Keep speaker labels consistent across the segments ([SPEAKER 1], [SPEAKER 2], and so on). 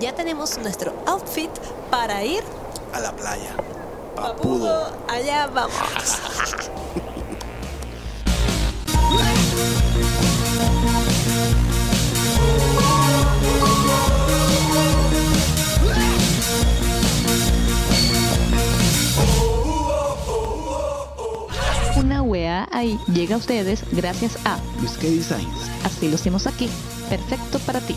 [SPEAKER 1] ya tenemos nuestro outfit para ir
[SPEAKER 2] a la playa.
[SPEAKER 1] Papudo. Allá vamos.
[SPEAKER 3] Una wea ahí llega a ustedes gracias a
[SPEAKER 2] Luis K Designs,
[SPEAKER 3] Así lo hicimos aquí. Perfecto para ti.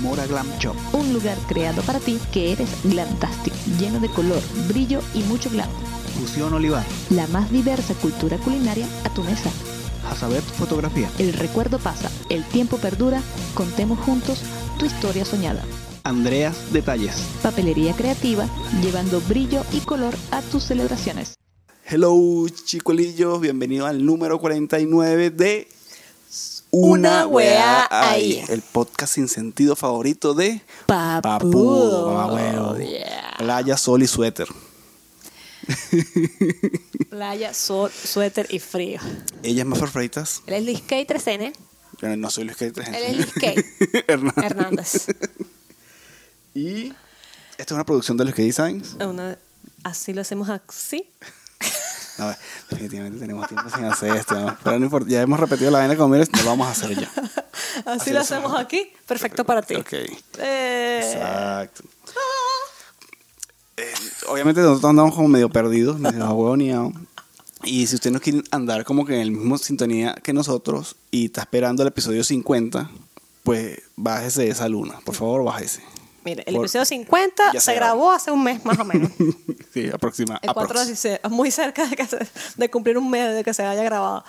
[SPEAKER 2] Mora Glam Shop,
[SPEAKER 3] Un lugar creado para ti que eres glamtastic, lleno de color, brillo y mucho glam.
[SPEAKER 2] Fusión Olivar,
[SPEAKER 3] La más diversa cultura culinaria a tu mesa.
[SPEAKER 2] Hazabet Fotografía,
[SPEAKER 3] El recuerdo pasa, el tiempo perdura, contemos juntos tu historia soñada.
[SPEAKER 2] Andreas Detalles.
[SPEAKER 3] Papelería creativa, llevando brillo y color a tus celebraciones.
[SPEAKER 2] Hello, chicolillos, bienvenido al número 49 de
[SPEAKER 1] Una Weá Ahí.
[SPEAKER 2] el podcast sin sentido favorito de Papudo,
[SPEAKER 1] Papudo.
[SPEAKER 2] mamá huevo.
[SPEAKER 1] Yeah.
[SPEAKER 2] Playa, Sol y Suéter.
[SPEAKER 1] Playa, sol, suéter y frío.
[SPEAKER 2] Ellas más favoritas.
[SPEAKER 1] Él es Luis K. 3N.
[SPEAKER 2] Yo no soy Luis K. Designs.
[SPEAKER 1] Él es Luis K.
[SPEAKER 2] Hernández.
[SPEAKER 1] Hernández.
[SPEAKER 2] Y esta es una producción de Luis K. Designs.
[SPEAKER 1] Una- así lo hacemos así.
[SPEAKER 2] No, definitivamente tenemos tiempo sin hacer esto. ¿no? Pero no importa, ya hemos repetido la vaina con miles, no lo vamos a hacer ya.
[SPEAKER 1] Así,
[SPEAKER 2] Así
[SPEAKER 1] lo
[SPEAKER 2] lo hacemos.
[SPEAKER 1] hacemos aquí. Perfecto para ti.
[SPEAKER 2] Ok.
[SPEAKER 1] Eh,
[SPEAKER 2] Exacto. Eh, obviamente nosotros andamos como medio perdidos, medio ahuevoneados. Y si usted no quiere andar como que en el mismo sintonía que nosotros y está esperando el episodio 50, pues bájese de esa luna. Por favor, bájese.
[SPEAKER 1] mire, el
[SPEAKER 2] Por-
[SPEAKER 1] episodio 50
[SPEAKER 2] Ya
[SPEAKER 1] se,
[SPEAKER 2] se grabó.
[SPEAKER 1] grabó hace un mes más o menos.
[SPEAKER 2] sí, aproxima.
[SPEAKER 1] El 4
[SPEAKER 2] aprox.
[SPEAKER 1] de dice- muy cerca de, que se- de cumplir un mes de que se haya grabado.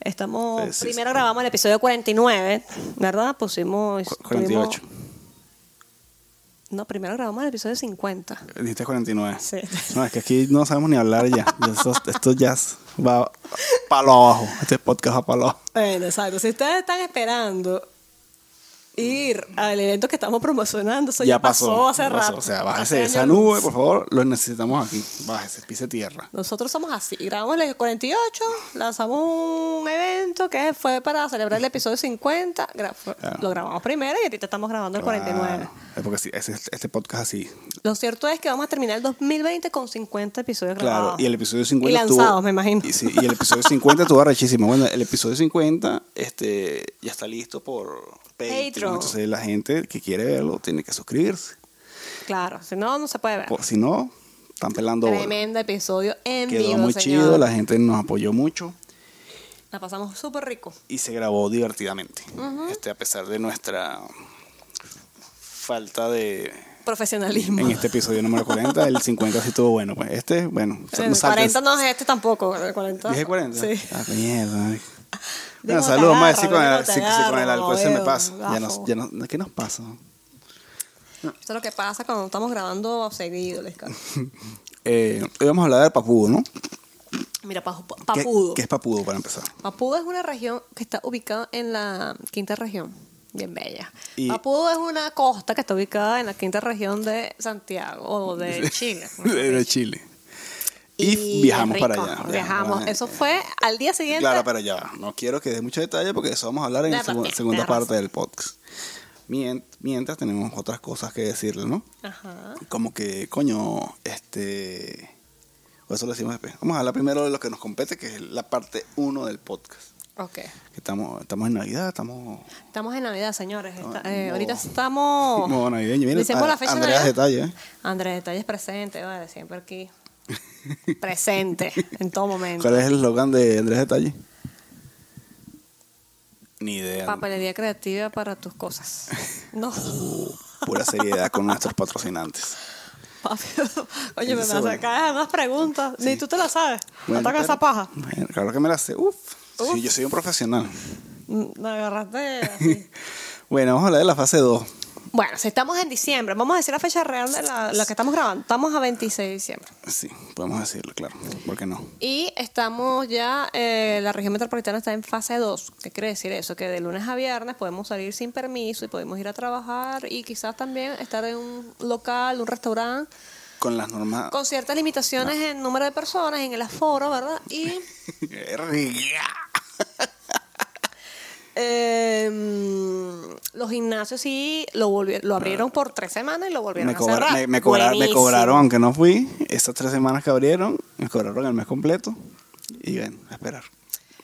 [SPEAKER 1] Estamos,
[SPEAKER 2] Sí, sí,
[SPEAKER 1] primero
[SPEAKER 2] sí.
[SPEAKER 1] grabamos el episodio 49, ¿verdad? Pusimos...
[SPEAKER 2] Cu- 48.
[SPEAKER 1] tuvimos- no, primero grabamos el episodio 50.
[SPEAKER 2] Dijiste 49.
[SPEAKER 1] Sí.
[SPEAKER 2] No, es que aquí no sabemos ni hablar ya. Ya Esto, esto ya va palo abajo. Este podcast va palo abajo.
[SPEAKER 1] Bueno, exacto. Si ustedes están esperando ir al evento que estamos promocionando, eso ya, pasó, hace
[SPEAKER 2] ya pasó.
[SPEAKER 1] rato.
[SPEAKER 2] O sea,
[SPEAKER 1] Hace
[SPEAKER 2] bájese de
[SPEAKER 1] años
[SPEAKER 2] esa
[SPEAKER 1] luz.
[SPEAKER 2] nube, por favor. Los necesitamos aquí. Bájese, pise tierra.
[SPEAKER 1] Nosotros somos así. Grabamos el 48, lanzamos un evento que fue para celebrar el episodio 50. gra- fue-
[SPEAKER 2] Claro.
[SPEAKER 1] Lo grabamos primero y ahorita estamos grabando el 49.
[SPEAKER 2] Ah. Claro. Es porque sí, ese- este podcast así.
[SPEAKER 1] Lo cierto es que vamos a terminar el 2020 con 50 episodios
[SPEAKER 2] Claro.
[SPEAKER 1] grabados.
[SPEAKER 2] Y el episodio 50.
[SPEAKER 1] Y lanzados,
[SPEAKER 2] estuvo-
[SPEAKER 1] me imagino.
[SPEAKER 2] Y, sí, y el episodio 50 estuvo rechísimo. Bueno, el episodio 50 este, ya está listo por Patreon.
[SPEAKER 1] Patreon.
[SPEAKER 2] Entonces la gente que quiere verlo tiene que suscribirse.
[SPEAKER 1] Claro, si no, no se puede ver.
[SPEAKER 2] Por- si no, están pelando. bola.
[SPEAKER 1] Tremendo episodio en
[SPEAKER 2] Quedó
[SPEAKER 1] vivo,
[SPEAKER 2] muy
[SPEAKER 1] señor.
[SPEAKER 2] chido, la
[SPEAKER 1] La...
[SPEAKER 2] gente nos apoyó mucho
[SPEAKER 1] pasamos súper rico.
[SPEAKER 2] y se grabó divertidamente. este, a pesar de nuestra falta de...
[SPEAKER 1] Profesionalismo.
[SPEAKER 2] En este episodio número 40, el 50 sí estuvo bueno. Pues este, bueno,
[SPEAKER 1] En el
[SPEAKER 2] salte-
[SPEAKER 1] 40 no es este tampoco. el 40.
[SPEAKER 2] ¿Dije 40?
[SPEAKER 1] Sí.
[SPEAKER 2] Ah, mierda. ay.
[SPEAKER 1] Ve cómo
[SPEAKER 2] Bueno,
[SPEAKER 1] te
[SPEAKER 2] saludos, más
[SPEAKER 1] agarro,
[SPEAKER 2] si con,
[SPEAKER 1] ve
[SPEAKER 2] el,
[SPEAKER 1] cómo te
[SPEAKER 2] sí, sí, con el
[SPEAKER 1] agarro,
[SPEAKER 2] alcohol se me
[SPEAKER 1] veo,
[SPEAKER 2] pasa. Ya no,
[SPEAKER 1] gafo.
[SPEAKER 2] ya no- ¿Qué nos pasa?
[SPEAKER 1] Eso es lo que pasa cuando estamos grabando seguido, les cago.
[SPEAKER 2] Eh, hoy vamos a hablar de Papudo, ¿no?
[SPEAKER 1] Mira, Paju- Pa-
[SPEAKER 2] ¿Qué-
[SPEAKER 1] Papudo.
[SPEAKER 2] ¿Qué es Papudo para empezar?
[SPEAKER 1] Papudo es una región que está ubicada en la quinta región. Bien bella.
[SPEAKER 2] Y-
[SPEAKER 1] Papudo es una costa que está ubicada en la quinta región de Santiago o de Chile.
[SPEAKER 2] De, de Chile. Y, viajamos
[SPEAKER 1] rico,
[SPEAKER 2] para allá. viajamos
[SPEAKER 1] Viajamos.
[SPEAKER 2] para-
[SPEAKER 1] Eso fue al día siguiente.
[SPEAKER 2] Claro, pero ya va. No quiero que dé mucho detalle porque de eso vamos a hablar en la
[SPEAKER 1] Claro, sí,
[SPEAKER 2] segunda
[SPEAKER 1] tienes razón.
[SPEAKER 2] parte del podcast. Mien- Mientras tenemos otras cosas que decirle, ¿no?
[SPEAKER 1] Ajá.
[SPEAKER 2] Como que, coño, este... O eso lo decimos después. Vamos a hablar primero de lo que nos compete, que es la parte 1 del podcast.
[SPEAKER 1] Ok.
[SPEAKER 2] Que estamos, estamos en Navidad, estamos...
[SPEAKER 1] Estamos en Navidad, señores. Está-
[SPEAKER 2] Ah,
[SPEAKER 1] eh,
[SPEAKER 2] no.
[SPEAKER 1] Ahorita estamos.
[SPEAKER 2] Modo navideño. Mira,
[SPEAKER 1] Oh. Decimos
[SPEAKER 2] a-
[SPEAKER 1] la fecha de
[SPEAKER 2] Andrea
[SPEAKER 1] Navidad.
[SPEAKER 2] detalle, ¿eh?
[SPEAKER 1] Andrés Detalles presente, vale, siempre aquí. presente, en todo momento.
[SPEAKER 2] ¿Cuál es el eslogan de Andrés Detalle? Ni idea.
[SPEAKER 1] Papelería creativa para tus cosas. No.
[SPEAKER 2] Pura seriedad con nuestros patrocinantes.
[SPEAKER 1] Papi, Oye, me
[SPEAKER 2] Eso,
[SPEAKER 1] vas a
[SPEAKER 2] bueno.
[SPEAKER 1] sacar unas preguntas. Ni tú te las sabes.
[SPEAKER 2] Bueno,
[SPEAKER 1] Ataca
[SPEAKER 2] pero-
[SPEAKER 1] esa paja.
[SPEAKER 2] Bueno, claro que me la sé. Uf.
[SPEAKER 1] Uf.
[SPEAKER 2] Sí, yo soy un profesional.
[SPEAKER 1] Mm, Me agarraste así.
[SPEAKER 2] Bueno, vamos a hablar de la fase 2.
[SPEAKER 1] bueno, si estamos en diciembre, vamos a decir la fecha real de la, la que estamos grabando. Estamos a 26 de diciembre.
[SPEAKER 2] Sí, podemos decirlo, claro. ¿Por qué no?
[SPEAKER 1] Y estamos ya, eh, la región metropolitana está en fase 2. ¿Qué quiere decir eso? Que de lunes a viernes podemos salir sin permiso y podemos ir a trabajar y quizás también estar en un local, un restaurante,
[SPEAKER 2] Con las normas.
[SPEAKER 1] con ciertas limitaciones en número de personas, en el aforo, ¿verdad? Y
[SPEAKER 2] Erga.
[SPEAKER 1] eh, los gimnasios gimnasio sí lo, volvi- lo abrieron por tres semanas y lo volvieron
[SPEAKER 2] Ah. Me,
[SPEAKER 1] a
[SPEAKER 2] cobra-
[SPEAKER 1] cerrar.
[SPEAKER 2] me- me cobra- me
[SPEAKER 1] Buenísimo.
[SPEAKER 2] cobraron, aunque no fui, estas tres semanas que abrieron, me cobraron el mes completo. Y bueno, a esperar.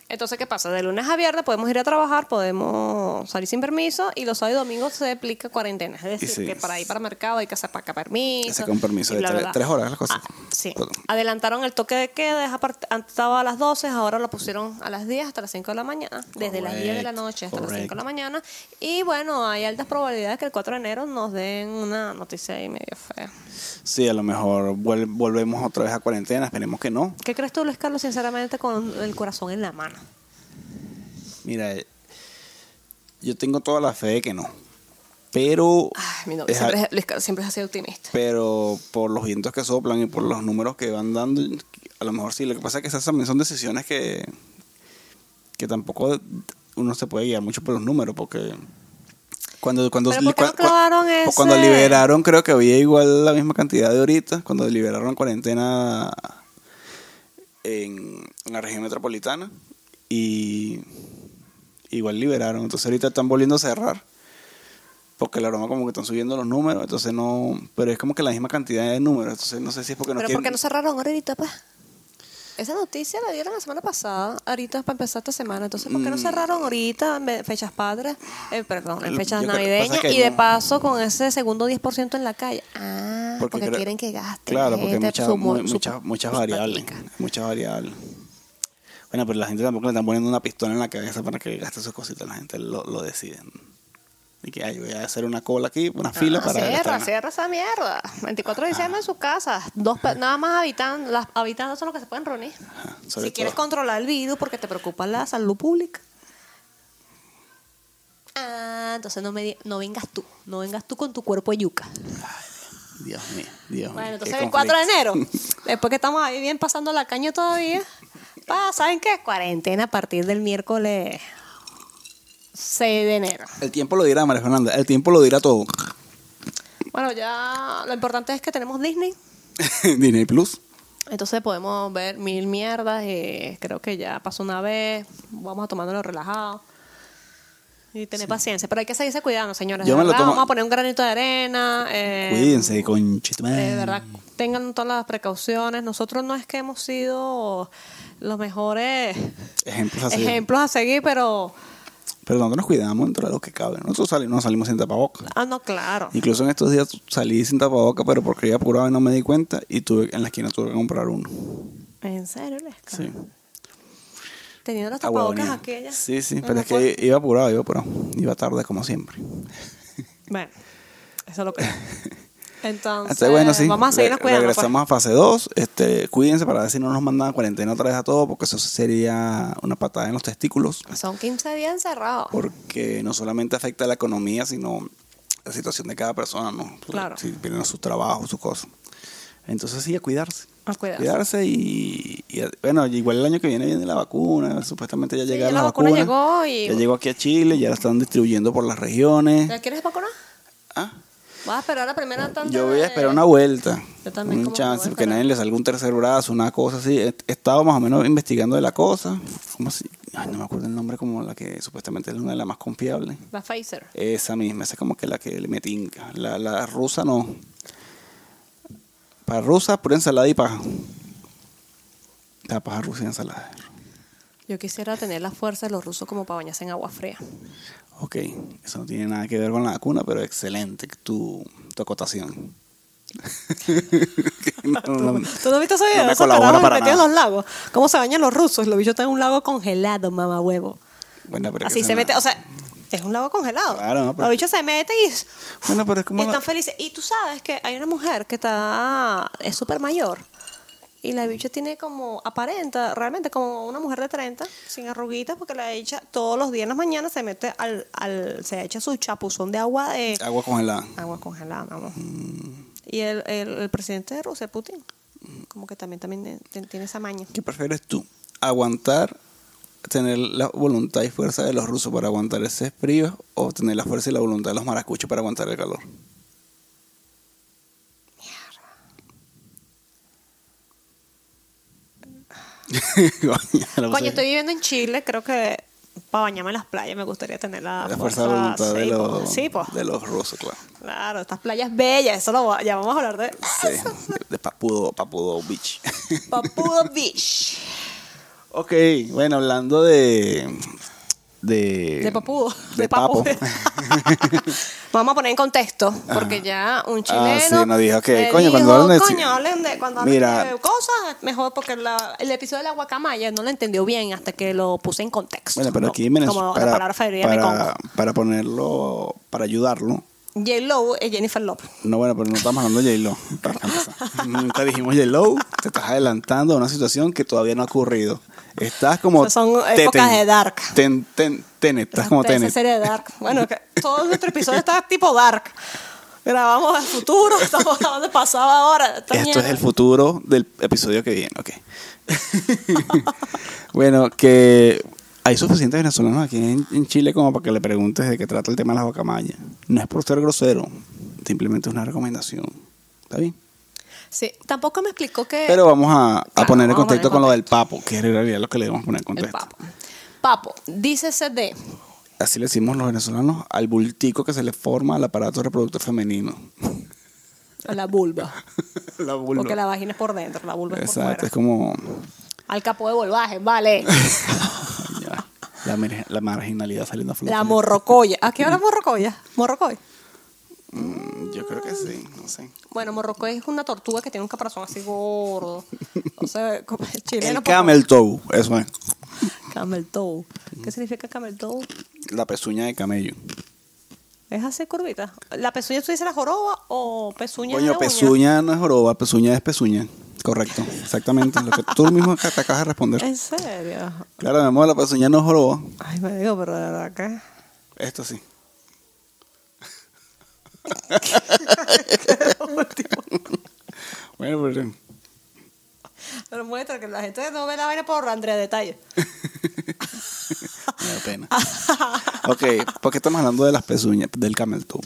[SPEAKER 1] Entonces, ¿qué pasa? De lunes a viernes podemos ir a trabajar, podemos salir sin permiso y los sábados y domingos se aplica cuarentena. Es decir,
[SPEAKER 2] sí.
[SPEAKER 1] que para ir para mercado hay que hacer para acá permiso.
[SPEAKER 2] Se con permiso
[SPEAKER 1] y
[SPEAKER 2] de
[SPEAKER 1] bla,
[SPEAKER 2] tres-
[SPEAKER 1] bla, bla.
[SPEAKER 2] tres horas, las cosas.
[SPEAKER 1] Ah, sí.
[SPEAKER 2] Perdón.
[SPEAKER 1] Adelantaron el toque de queda, es a part- antes estaba a las 12, ahora lo pusieron a las 10 hasta las 5 de la mañana, desde las 10 de la
[SPEAKER 2] Correcto,
[SPEAKER 1] noche hasta las 5 de
[SPEAKER 2] correcto.
[SPEAKER 1] la mañana. Y bueno, hay altas probabilidades que el 4 de enero nos den una noticia ahí medio fea.
[SPEAKER 2] Sí, a lo mejor vuel- volvemos otra vez a cuarentena, esperemos que no.
[SPEAKER 1] ¿Qué crees tú, Luis Carlos, sinceramente, con el corazón en la mano?
[SPEAKER 2] Mira, eh, yo tengo toda la fe de que no. Pero,
[SPEAKER 1] Ay, mi novio
[SPEAKER 2] es a-
[SPEAKER 1] siempre, es- Luis Carlos siempre es así optimista.
[SPEAKER 2] pero por los vientos que soplan y por los números que van dando, a lo mejor sí. Lo que pasa es que esas también son decisiones que, que tampoco uno se puede guiar mucho por los números, porque cuando cuando,
[SPEAKER 1] Pero ¿por qué no
[SPEAKER 2] cua- cua-
[SPEAKER 1] clavaron
[SPEAKER 2] o
[SPEAKER 1] ese?
[SPEAKER 2] cuando liberaron creo que había igual la misma cantidad de ahorita, cuando liberaron cuarentena en, en la región metropolitana y igual liberaron, entonces ahorita están volviendo a cerrar. Porque la broma como que están subiendo los números, entonces no... Pero es como que la misma cantidad de números, entonces no sé si es porque no
[SPEAKER 1] ¿Pero por
[SPEAKER 2] quieren...
[SPEAKER 1] qué no cerraron ahorita, pues? Esa noticia la dieron la semana pasada, ahorita para empezar esta semana. Entonces, ¿por qué
[SPEAKER 2] Mm.
[SPEAKER 1] no cerraron ahorita en ve- fechas padres? Eh, perdón, en
[SPEAKER 2] Yo
[SPEAKER 1] fechas
[SPEAKER 2] creo que
[SPEAKER 1] navideñas
[SPEAKER 2] pasa que
[SPEAKER 1] y de
[SPEAKER 2] no-
[SPEAKER 1] paso con ese segundo 10% en la calle. Ah, porque,
[SPEAKER 2] creo-
[SPEAKER 1] quieren que gasten.
[SPEAKER 2] Claro, porque hay
[SPEAKER 1] gente,
[SPEAKER 2] muchas,
[SPEAKER 1] su-
[SPEAKER 2] mu-
[SPEAKER 1] su-
[SPEAKER 2] muchas, muchas
[SPEAKER 1] su
[SPEAKER 2] variables.
[SPEAKER 1] platica.
[SPEAKER 2] Muchas variables. Bueno, pero la gente tampoco le están poniendo una pistola en la cabeza para que gaste sus cositas. La gente lo, lo decide. Y que, ay, yo voy a hacer una cola aquí, una fila
[SPEAKER 1] Ah,
[SPEAKER 2] para... Ah. gastar
[SPEAKER 1] cierra,
[SPEAKER 2] en-
[SPEAKER 1] cierra esa mierda. 24 de diciembre en sus casas. Dos, pe- nada más habitan, las habitantes son los que se pueden reunir.
[SPEAKER 2] Ajá,
[SPEAKER 1] Si
[SPEAKER 2] sobre
[SPEAKER 1] quieres
[SPEAKER 2] todo.
[SPEAKER 1] controlar el virus porque te preocupa la salud pública. Ah, entonces no, me di- no vengas tú. No vengas tú con tu cuerpo de yuca.
[SPEAKER 2] Dios mío, Dios mío.
[SPEAKER 1] Bueno,
[SPEAKER 2] qué
[SPEAKER 1] entonces el 4 de
[SPEAKER 2] conflicto.
[SPEAKER 1] enero, después que estamos ahí bien pasando la caña todavía, pa, ¿saben qué? Cuarentena a partir del miércoles 6 de enero.
[SPEAKER 2] El tiempo lo dirá, María Fernanda. El tiempo lo dirá todo.
[SPEAKER 1] Bueno, ya lo importante es que tenemos Disney.
[SPEAKER 2] Disney Plus.
[SPEAKER 1] Entonces podemos ver mil mierdas. eh, creo que ya pasó una vez. Vamos a tomárnoslo relajado. Y tener paciencia. Pero hay que seguirse cuidando, señores.
[SPEAKER 2] Yo
[SPEAKER 1] de
[SPEAKER 2] me lo
[SPEAKER 1] verdad,
[SPEAKER 2] tomo-
[SPEAKER 1] Vamos a poner un granito de arena. eh,
[SPEAKER 2] Cuídense, conchito.
[SPEAKER 1] de verdad, tengan todas las precauciones. Nosotros no es que hemos sido los mejores
[SPEAKER 2] Ejemplos así.
[SPEAKER 1] ejemplos a seguir, pero.
[SPEAKER 2] Pero nosotros nos cuidamos dentro de lo que cabe. Nosotros salimos, no salimos sin tapabocas.
[SPEAKER 1] Ah, no, claro.
[SPEAKER 2] Incluso en estos días salí sin tapabocas, pero porque iba apurado y no me di cuenta. Y tuve en la esquina tuve que comprar uno.
[SPEAKER 1] En serio, Lesca?
[SPEAKER 2] Sí.
[SPEAKER 1] Teniendo las
[SPEAKER 2] Ah, huevón,
[SPEAKER 1] tapabocas
[SPEAKER 2] ya.
[SPEAKER 1] aquellas.
[SPEAKER 2] Sí, sí,
[SPEAKER 1] en
[SPEAKER 2] pero
[SPEAKER 1] la
[SPEAKER 2] es
[SPEAKER 1] puerta.
[SPEAKER 2] que iba apurado, iba apurado. Iba tarde, como siempre.
[SPEAKER 1] Bueno, eso lo creo. Entonces,
[SPEAKER 2] Entonces, bueno, sí.
[SPEAKER 1] vamos a seguirnos
[SPEAKER 2] re-
[SPEAKER 1] cuidando. pues.
[SPEAKER 2] Regresamos a fase 2. Este, cuídense para ver si no nos mandan a cuarentena otra vez a todos, porque eso sería una patada en los testículos.
[SPEAKER 1] Son 15 días encerrados.
[SPEAKER 2] Porque no solamente afecta a la economía, sino la situación de cada persona, ¿no?
[SPEAKER 1] Claro.
[SPEAKER 2] Si pierden su trabajo, su cosa. Entonces, sí, a cuidarse.
[SPEAKER 1] A cuidarse.
[SPEAKER 2] y, y a- bueno, igual el año que viene viene la vacuna, supuestamente ya
[SPEAKER 1] Sí,
[SPEAKER 2] llegaron
[SPEAKER 1] la
[SPEAKER 2] las
[SPEAKER 1] vacuna
[SPEAKER 2] vacunas.
[SPEAKER 1] llegó y-
[SPEAKER 2] Ya llegó aquí a Chile, ya la están distribuyendo por las regiones.
[SPEAKER 1] ¿Ya quieres vacunar?
[SPEAKER 2] Ah,
[SPEAKER 1] ¿Vas a esperar la primera tanda?
[SPEAKER 2] yo voy
[SPEAKER 1] de-
[SPEAKER 2] a esperar una vuelta.
[SPEAKER 1] Yo también
[SPEAKER 2] un
[SPEAKER 1] como que
[SPEAKER 2] chance,
[SPEAKER 1] voy a
[SPEAKER 2] que
[SPEAKER 1] esperar.
[SPEAKER 2] nadie le salga un tercer brazo, una cosa así. He he estado más o menos investigando de la cosa. ¿Cómo así? Ay, no me acuerdo el nombre, como la que supuestamente es una de las más confiables.
[SPEAKER 1] La Pfizer.
[SPEAKER 2] Esa misma, esa es como que la que le metí inca. La, la rusa no. Para rusa, pura ensalada y paja. La paja rusa y ensalada.
[SPEAKER 1] Yo quisiera tener la fuerza de los rusos como para bañarse en agua fría.
[SPEAKER 2] Ok, eso no tiene nada que ver con la vacuna, pero excelente tu, tu acotación. No, no, no.
[SPEAKER 1] ¿Tú no viste ese video?
[SPEAKER 2] me
[SPEAKER 1] Esos
[SPEAKER 2] colabora
[SPEAKER 1] carajos
[SPEAKER 2] para
[SPEAKER 1] metidos
[SPEAKER 2] nada.
[SPEAKER 1] en los lagos. ¿Cómo se bañan los rusos? Los bichos están en un lago congelado, mamá huevo.
[SPEAKER 2] Bueno, pero es que
[SPEAKER 1] Así se
[SPEAKER 2] me-
[SPEAKER 1] mete, o sea, es un lago congelado.
[SPEAKER 2] Claro, no, pero-
[SPEAKER 1] Los bichos se meten y
[SPEAKER 2] Bueno, pero es como...
[SPEAKER 1] Y
[SPEAKER 2] la-
[SPEAKER 1] están felices. Y tú sabes que hay una mujer que está es súper mayor. Y la bicha tiene como, aparenta realmente como una mujer de 30, sin arruguitas, porque la bicha todos los días en las mañanas se mete al, al se echa su chapuzón de agua de
[SPEAKER 2] Agua congelada.
[SPEAKER 1] agua congelada, mi amor. Y el, el- el presidente de Rusia, Putin, como que también, también tiene- tiene esa maña.
[SPEAKER 2] ¿Qué prefieres tú? ¿Aguantar, tener la voluntad y fuerza de los rusos para aguantar ese frío o tener la fuerza y la voluntad de los maracuchos para aguantar el calor? Mierda.
[SPEAKER 1] Coño, estoy viviendo en Chile, creo que para bañarme en las playas me gustaría tener la,
[SPEAKER 2] La fuerza de voluntad de
[SPEAKER 1] Ah, sí, po.
[SPEAKER 2] los,
[SPEAKER 1] Sí, pues.
[SPEAKER 2] de los rusos, claro.
[SPEAKER 1] Claro, estas playas bellas, eso lo va- ya vamos a hablar de
[SPEAKER 2] Sí, de, de Papudo, Papudo Beach.
[SPEAKER 1] Papudo Beach.
[SPEAKER 2] ok, bueno, hablando de. De,
[SPEAKER 1] De Papudo.
[SPEAKER 2] De, Papo.
[SPEAKER 1] Vamos a poner en contexto, porque ya un chileno.
[SPEAKER 2] Ah, sí, nos dijo que,
[SPEAKER 1] me
[SPEAKER 2] coño, cuando
[SPEAKER 1] dijo,
[SPEAKER 2] hablan de chi-
[SPEAKER 1] Coño, hablen de, cuando hablen
[SPEAKER 2] Mira.
[SPEAKER 1] de cosas, mejor, porque la- el episodio de la guacamaya no lo entendió bien hasta que lo puse en contexto.
[SPEAKER 2] Bueno, pero aquí en
[SPEAKER 1] Como-
[SPEAKER 2] Venezuela.
[SPEAKER 1] Como
[SPEAKER 2] Para,
[SPEAKER 1] la palabra favorita de
[SPEAKER 2] para,
[SPEAKER 1] Congo.
[SPEAKER 2] para ponerlo. Para ayudarlo.
[SPEAKER 1] J. Lowe es Jennifer Lopez.
[SPEAKER 2] No, bueno, pero no estamos hablando de J-Lo. para empezar. Nunca dijimos J-Lo. Te estás adelantando a una situación que todavía no ha ocurrido. Estás como.
[SPEAKER 1] Esas son épocas de Dark.
[SPEAKER 2] Ten, ten- tenet. Estás como
[SPEAKER 1] Esa
[SPEAKER 2] Tenet.
[SPEAKER 1] serie de Dark. Bueno, que todo nuestro episodio está tipo Dark. Grabamos al futuro, estamos hablando de pasado ahora. esta
[SPEAKER 2] Esto es
[SPEAKER 1] mierda.
[SPEAKER 2] el futuro del episodio que viene, ok. bueno, que hay suficientes venezolanos aquí en, en Chile como para que le preguntes de qué trata el tema de las guacamayas. No es por ser grosero, simplemente es una recomendación. ¿Está bien?
[SPEAKER 1] Sí, tampoco me explicó que.
[SPEAKER 2] Pero vamos a, a
[SPEAKER 1] Eh, Claro,
[SPEAKER 2] poner
[SPEAKER 1] vamos a
[SPEAKER 2] en
[SPEAKER 1] poner
[SPEAKER 2] contexto
[SPEAKER 1] en
[SPEAKER 2] con lo del papo, que es en realidad lo que le vamos a poner en
[SPEAKER 1] el
[SPEAKER 2] contexto.
[SPEAKER 1] papo. Papo, dícese de.
[SPEAKER 2] Así le decimos los venezolanos al bultico que se le forma al aparato reproductor femenino.
[SPEAKER 1] A la vulva.
[SPEAKER 2] la vulva.
[SPEAKER 1] Porque la vagina es por dentro, la vulva es por fuera.
[SPEAKER 2] Exacto, es como
[SPEAKER 1] Al capó de volvaje, vale.
[SPEAKER 2] ya, la, mer- la marginalidad saliendo a flote.
[SPEAKER 1] la morrocoya. ¿A qué hora morrocoya? Morrocoy.
[SPEAKER 2] Mm, Yo creo que sí, no sé.
[SPEAKER 1] Bueno, morrocoy es una tortuga que tiene un caparazón así gordo. O sea, como el chileno.
[SPEAKER 2] El
[SPEAKER 1] por
[SPEAKER 2] camel toe, eso es.
[SPEAKER 1] favor. Camel toe. ¿Qué significa camel toe?
[SPEAKER 2] La pezuña de camello.
[SPEAKER 1] ¿Es así curvita? ¿La pezuña tú dices la joroba o pezuña es
[SPEAKER 2] Coño,
[SPEAKER 1] la uña?
[SPEAKER 2] pezuña no es joroba, pezuña es pezuña. Correcto, exactamente. Lo que tú mismo acá te acabas de responder.
[SPEAKER 1] ¿En serio?
[SPEAKER 2] Claro, mi amor, la pezuña no es joroba.
[SPEAKER 1] Ay, me digo, pero de verdad que...
[SPEAKER 2] Esto sí. bueno, pero
[SPEAKER 1] Pero muestra que la gente no ve la vaina por Andrea Detalle.
[SPEAKER 2] me da pena. Ok, ¿por qué estamos hablando de las pezuñas, del camel toe?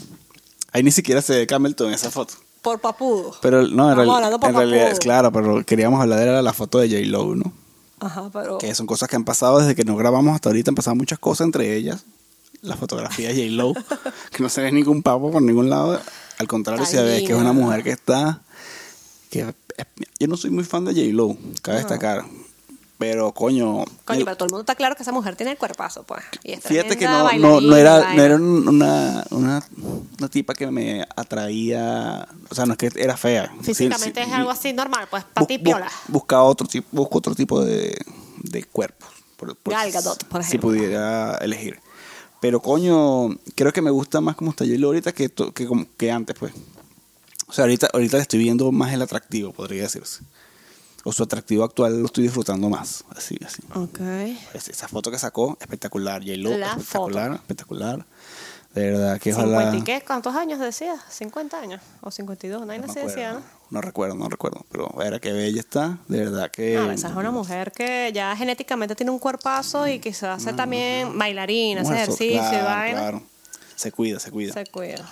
[SPEAKER 2] Ahí ni siquiera se ve camel toe en esa foto.
[SPEAKER 1] Por papudo.
[SPEAKER 2] Pero no, en,
[SPEAKER 1] Estamos
[SPEAKER 2] real-
[SPEAKER 1] hablando por
[SPEAKER 2] en realidad, es
[SPEAKER 1] papudo.
[SPEAKER 2] claro, pero queríamos hablar de la foto de J-Lo, ¿no?
[SPEAKER 1] Ajá, pero...
[SPEAKER 2] Que son cosas que han pasado desde que nos grabamos hasta ahorita, han pasado muchas cosas, entre ellas la fotografía de J-Lo, que no se ve ningún papo por ningún lado. Al contrario,
[SPEAKER 1] Está
[SPEAKER 2] se ve que es
[SPEAKER 1] linda.
[SPEAKER 2] una mujer que está. que Yo no soy muy fan de J-Lo, cabe destacar. Pero coño.
[SPEAKER 1] Ah. Coño,
[SPEAKER 2] el-
[SPEAKER 1] pero todo el mundo está claro que esa mujer tiene el cuerpazo, pues. Y es
[SPEAKER 2] Fíjate que
[SPEAKER 1] tremenda
[SPEAKER 2] no,
[SPEAKER 1] bailarina,
[SPEAKER 2] no, no era,
[SPEAKER 1] vaina.
[SPEAKER 2] no era un- una, una, una tipa que me atraía. O sea, no es que era fea. Sí,
[SPEAKER 1] Físicamente
[SPEAKER 2] sí,
[SPEAKER 1] es algo así normal, pues,
[SPEAKER 2] bu-
[SPEAKER 1] pati
[SPEAKER 2] bu-
[SPEAKER 1] piola.
[SPEAKER 2] busca otro tipo, busco otro tipo de, de cuerpo. por- por-
[SPEAKER 1] Gal Gadot, por
[SPEAKER 2] Si
[SPEAKER 1] ejemplo.
[SPEAKER 2] pudiera elegir. Pero coño, creo que me gusta más como está J-Lo ahorita que, to- que, como- que antes, pues. O sea, ahorita, ahorita le estoy viendo más el atractivo, podría decirse. O su atractivo actual lo estoy disfrutando más. Así, así.
[SPEAKER 1] Ok.
[SPEAKER 2] Es- Esa foto que sacó, espectacular. J-Lo,
[SPEAKER 1] La
[SPEAKER 2] espectacular, espectacular. De verdad, que ojalá.
[SPEAKER 1] ¿50 y qué? ¿Cuántos años decías? ¿50 años? ¿O 52? No hay
[SPEAKER 2] No, me
[SPEAKER 1] así
[SPEAKER 2] acuerdo, Eh,
[SPEAKER 1] decía, ¿no?
[SPEAKER 2] no recuerdo, no recuerdo. Pero era que bella está. De verdad que.
[SPEAKER 1] No, Ah, esa es una mujer que ya genéticamente tiene un cuerpazo y quizás hace también bailarina, hace
[SPEAKER 2] Mujer, so-
[SPEAKER 1] ejercicio y
[SPEAKER 2] claro,
[SPEAKER 1] vaina.
[SPEAKER 2] claro. Se cuida, se cuida.
[SPEAKER 1] Se cuida.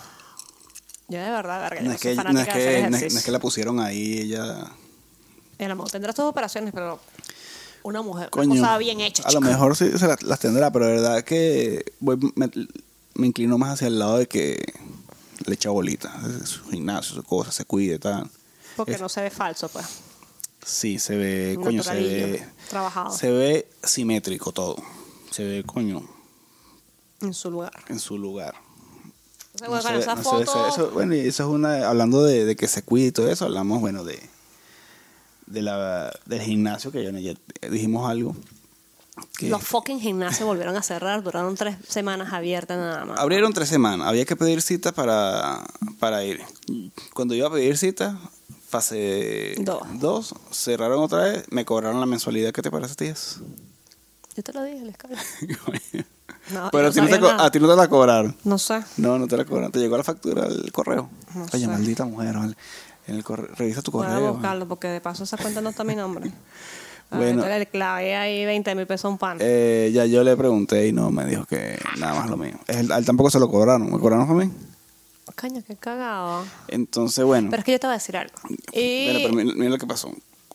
[SPEAKER 1] Yo de verdad, verga, yo
[SPEAKER 2] no,
[SPEAKER 1] no
[SPEAKER 2] es
[SPEAKER 1] soy
[SPEAKER 2] que, no, es
[SPEAKER 1] fanática de hacer
[SPEAKER 2] que, no es-
[SPEAKER 1] ejercicio.
[SPEAKER 2] no es que la pusieron ahí, ella.
[SPEAKER 1] El amor tendrá sus operaciones, pero una mujer,
[SPEAKER 2] Coño.
[SPEAKER 1] una cosa bien hecha,
[SPEAKER 2] A lo
[SPEAKER 1] chico.
[SPEAKER 2] mejor sí se las, las tendrá, pero de verdad que voy- me, me inclino más hacia el lado de que le echa bolita. Su gimnasio, su cosa, se cuide, tal.
[SPEAKER 1] Porque
[SPEAKER 2] Es-
[SPEAKER 1] no se ve falso, pues.
[SPEAKER 2] Sí, se ve,
[SPEAKER 1] Un
[SPEAKER 2] coño, se
[SPEAKER 1] naturalillo,
[SPEAKER 2] ve.
[SPEAKER 1] trabajado.
[SPEAKER 2] Se ve simétrico todo. Se ve, coño,
[SPEAKER 1] En su lugar.
[SPEAKER 2] en su lugar.
[SPEAKER 1] Entonces,
[SPEAKER 2] No
[SPEAKER 1] bueno,
[SPEAKER 2] se ve-
[SPEAKER 1] esa
[SPEAKER 2] no se ve-
[SPEAKER 1] foto.
[SPEAKER 2] se- eso- bueno, y eso es una. Hablando de, de que se cuide y todo eso, hablamos, bueno, de. de la, del gimnasio, que ya, ya dijimos algo. que-
[SPEAKER 1] Los fucking gimnasios volvieron a cerrar, duraron tres semanas abiertas nada más.
[SPEAKER 2] Abrieron tres semanas, había que pedir cita para, para ir. Cuando iba a pedir cita, fase
[SPEAKER 1] Dos.
[SPEAKER 2] 2, cerraron otra vez, me cobraron la mensualidad. ¿Qué te parece, tías?
[SPEAKER 1] Yo te lo dije, les cago. No,
[SPEAKER 2] Pero
[SPEAKER 1] yo
[SPEAKER 2] a ti no te
[SPEAKER 1] sabía
[SPEAKER 2] co-
[SPEAKER 1] nada.
[SPEAKER 2] a ti no te la cobraron.
[SPEAKER 1] No sé.
[SPEAKER 2] No, no te la cobraron. Te llegó la factura al correo.
[SPEAKER 1] No
[SPEAKER 2] Oye,
[SPEAKER 1] sé.
[SPEAKER 2] maldita mujer, vale. En el correo, revisa tu
[SPEAKER 1] Voy a
[SPEAKER 2] correo.
[SPEAKER 1] buscarlo porque de paso esa cuenta no está mi nombre.
[SPEAKER 2] Bueno.
[SPEAKER 1] bueno. Le clavé ahí 20 mil pesos a un pan.
[SPEAKER 2] Eh, ya yo le pregunté y no me dijo que nada más lo mío. Él, a él tampoco se lo cobraron, me cobraron a mí.
[SPEAKER 1] Caño, qué cagado.
[SPEAKER 2] Entonces, bueno.
[SPEAKER 1] Pero es que yo te voy a decir algo. Y eh,
[SPEAKER 2] Mira, pero mira, mira lo que pasó.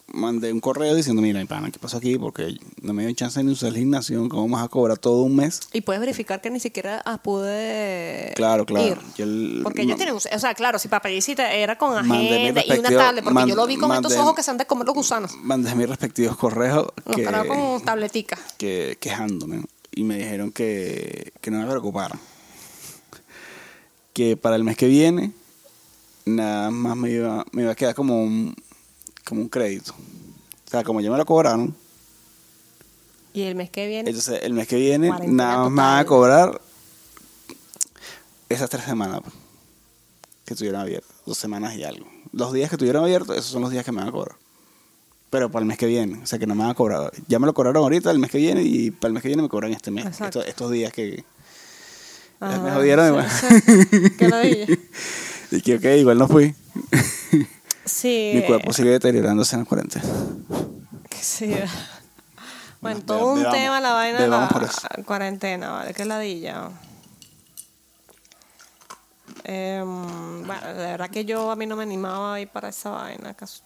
[SPEAKER 2] mandé un correo diciendo, mira, mi pana, ¿qué pasó aquí? Porque no me dio chance ni usar el gimnasio, ¿cómo vamos a cobrar todo un mes?
[SPEAKER 1] Y puedes verificar que ni siquiera ah, pude
[SPEAKER 2] Claro, claro.
[SPEAKER 1] Eh, ir.
[SPEAKER 2] Yo el-
[SPEAKER 1] porque ellos
[SPEAKER 2] ma-
[SPEAKER 1] tienen, un- o sea, claro, si papellicita era con
[SPEAKER 2] Mandé mi
[SPEAKER 1] agenda y una
[SPEAKER 2] respectivo-
[SPEAKER 1] tablet, porque
[SPEAKER 2] man-
[SPEAKER 1] yo lo vi con estos
[SPEAKER 2] mandé-
[SPEAKER 1] ojos que se han de comer los gusanos.
[SPEAKER 2] Mandé mis respectivos correos
[SPEAKER 1] Los
[SPEAKER 2] que,
[SPEAKER 1] cargaba con tabletica.
[SPEAKER 2] que- quejándome y me dijeron que, que no me preocupara. Que para el mes que viene nada más me iba, me iba a quedar como un, como un crédito. O sea, como ya me lo cobraron,
[SPEAKER 1] Y el mes que viene,
[SPEAKER 2] entonces el mes que viene
[SPEAKER 1] Cuarentena
[SPEAKER 2] nada más me van a
[SPEAKER 1] total.
[SPEAKER 2] cobrar esas tres semanas pues, que estuvieron abiertas. Dos semanas y algo. Los días que estuvieron abiertos, esos son los días que me van a cobrar. Pero para el mes que viene, o sea que no me van a cobrar. Ya me lo cobraron ahorita el mes que viene y para el mes que viene me cobran este mes.
[SPEAKER 1] Exacto.
[SPEAKER 2] Estos, estos días que...
[SPEAKER 1] Ah,
[SPEAKER 2] me jodieron igual.
[SPEAKER 1] que lo dije.
[SPEAKER 2] y que, ok, igual no fui.
[SPEAKER 1] Sí.
[SPEAKER 2] Mi cuerpo sigue deteriorándose en los 40.
[SPEAKER 1] que sí. Bueno,
[SPEAKER 2] Bueno,
[SPEAKER 1] todo un
[SPEAKER 2] bebamos,
[SPEAKER 1] tema la vaina de la
[SPEAKER 2] bebamos por eso.
[SPEAKER 1] cuarentena, ¿vale? Que ladilla. Eh, bueno, de verdad que yo a mí no me animaba a ir para esa vaina, cas-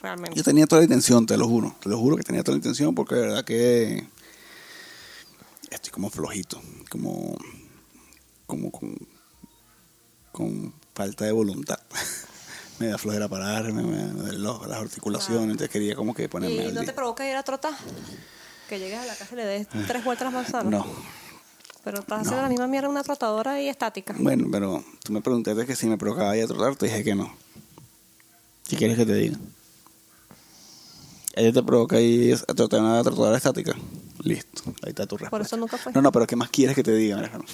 [SPEAKER 1] realmente.
[SPEAKER 2] Yo tenía toda la intención, te lo juro. Te lo juro que tenía toda la intención porque de verdad que estoy como flojito, como, como con, con falta de voluntad. me da flojera pararme, me, me duelen los- las articulaciones, entonces quería como que ponerme
[SPEAKER 1] ¿Y
[SPEAKER 2] al
[SPEAKER 1] no te
[SPEAKER 2] día.
[SPEAKER 1] provoca ir a trotar? Que llegues a la casa y le des tres vueltas a la manzana.
[SPEAKER 2] No.
[SPEAKER 1] Pero estás haciendo la misma mierda una trotadora y estática.
[SPEAKER 2] Bueno, pero tú me preguntaste que si me provocaba ir a trotar, te dije que no. Si quieres que te diga. Ella te provoca ir a trotar una trotadora estática. Listo, ahí está tu respuesta.
[SPEAKER 1] Por eso nunca fue.
[SPEAKER 2] No, no, pero ¿qué más quieres que te diga, Alejandro?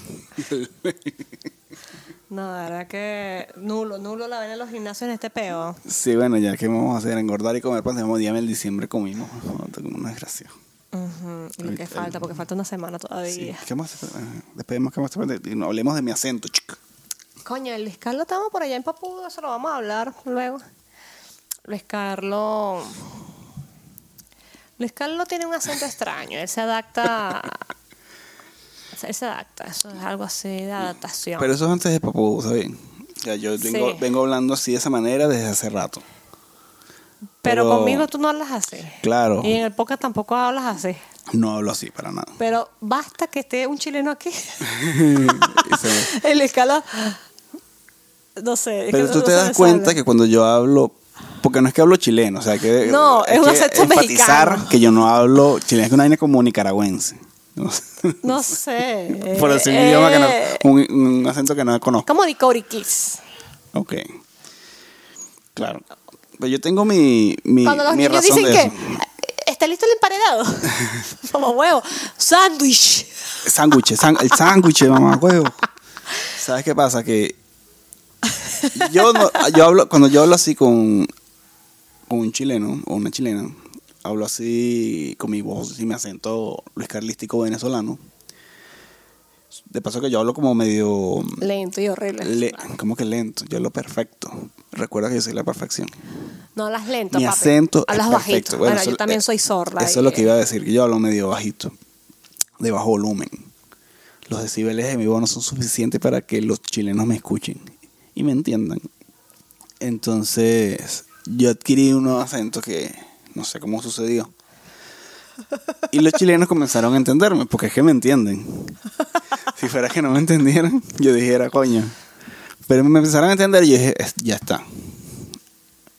[SPEAKER 1] No, de verdad que nulo, nulo la vaina de los gimnasios en este peo.
[SPEAKER 2] Sí, bueno, ya que vamos a hacer engordar y comer pan, tenemos día en diciembre comimos. ¿no? Como una desgracia.
[SPEAKER 1] Ujú, Y lo que
[SPEAKER 2] Ahorita-
[SPEAKER 1] falta, porque falta una semana
[SPEAKER 2] Sí.
[SPEAKER 1] todavía.
[SPEAKER 2] ¿Qué más? Eh, Después vemos qué más te- y no hablemos de mi acento, chica.
[SPEAKER 1] Coño, el Luis Carlos estamos por allá en Papudo, eso lo vamos a hablar luego. Luis Carlos. Luis Carlos tiene un acento extraño, él se adapta. a- o sea, Él se adapta, eso es algo así de adaptación.
[SPEAKER 2] Pero eso es antes de Papu, ¿está bien? Ya, yo vengo,
[SPEAKER 1] Sí.
[SPEAKER 2] vengo hablando así de esa manera desde hace rato.
[SPEAKER 1] Pero
[SPEAKER 2] pero-
[SPEAKER 1] conmigo tú no hablas así.
[SPEAKER 2] Claro,
[SPEAKER 1] Y en el podcast tampoco hablas así.
[SPEAKER 2] no hablo así para nada.
[SPEAKER 1] Pero basta que esté un chileno aquí.
[SPEAKER 2] Y se me-
[SPEAKER 1] el Luis Carlos. No sé. es que
[SPEAKER 2] Pero
[SPEAKER 1] no-
[SPEAKER 2] tú
[SPEAKER 1] no
[SPEAKER 2] te
[SPEAKER 1] se
[SPEAKER 2] das
[SPEAKER 1] me
[SPEAKER 2] cuenta
[SPEAKER 1] sale.
[SPEAKER 2] que cuando yo hablo, porque no es que hablo chileno, o sea que
[SPEAKER 1] No, es un
[SPEAKER 2] que
[SPEAKER 1] acento
[SPEAKER 2] enfatizar
[SPEAKER 1] mexicano.
[SPEAKER 2] que yo no hablo chileno, es que una vaina como nicaragüense. No sé.
[SPEAKER 1] No sé.
[SPEAKER 2] Por decir un idioma que no,
[SPEAKER 1] eh,
[SPEAKER 2] un, un acento que no conozco.
[SPEAKER 1] Como de Kiss.
[SPEAKER 2] Ok. Claro. Pero yo tengo mi, mi,
[SPEAKER 1] Cuando los
[SPEAKER 2] mi
[SPEAKER 1] niños
[SPEAKER 2] razón
[SPEAKER 1] dicen
[SPEAKER 2] de
[SPEAKER 1] que eh,
[SPEAKER 2] eso.
[SPEAKER 1] está listo el emparedado. Como huevo. Sándwich.
[SPEAKER 2] Sándwiches, san- el sándwich, mamá, huevo. ¿Sabes qué pasa? Que yo, no- yo hablo, cuando yo hablo así con, con un chileno o una chilena, hablo así con mi voz y mi acento luis carlístico venezolano. De paso que yo hablo como medio...
[SPEAKER 1] Lento y horrible.
[SPEAKER 2] le- como que lento, yo hablo perfecto. Recuerda que yo soy la perfección.
[SPEAKER 1] no hablas lento,
[SPEAKER 2] mi
[SPEAKER 1] papi.
[SPEAKER 2] acento
[SPEAKER 1] Hablas
[SPEAKER 2] es
[SPEAKER 1] bajito.
[SPEAKER 2] perfecto.
[SPEAKER 1] Bueno,
[SPEAKER 2] eso-
[SPEAKER 1] yo también
[SPEAKER 2] eh,
[SPEAKER 1] soy sorda.
[SPEAKER 2] Eso es lo que iba a decir, que yo hablo medio bajito, de bajo volumen. Los decibeles de mi voz no son suficientes para que los chilenos me escuchen y me entiendan. Entonces, yo adquirí un nuevo acento que no sé cómo sucedió. Y los chilenos comenzaron a entenderme, porque es que me entienden. Si fuera que no me entendieran, yo dijera, coño. Pero me empezaron a entender y yo dije, "Es- ya está.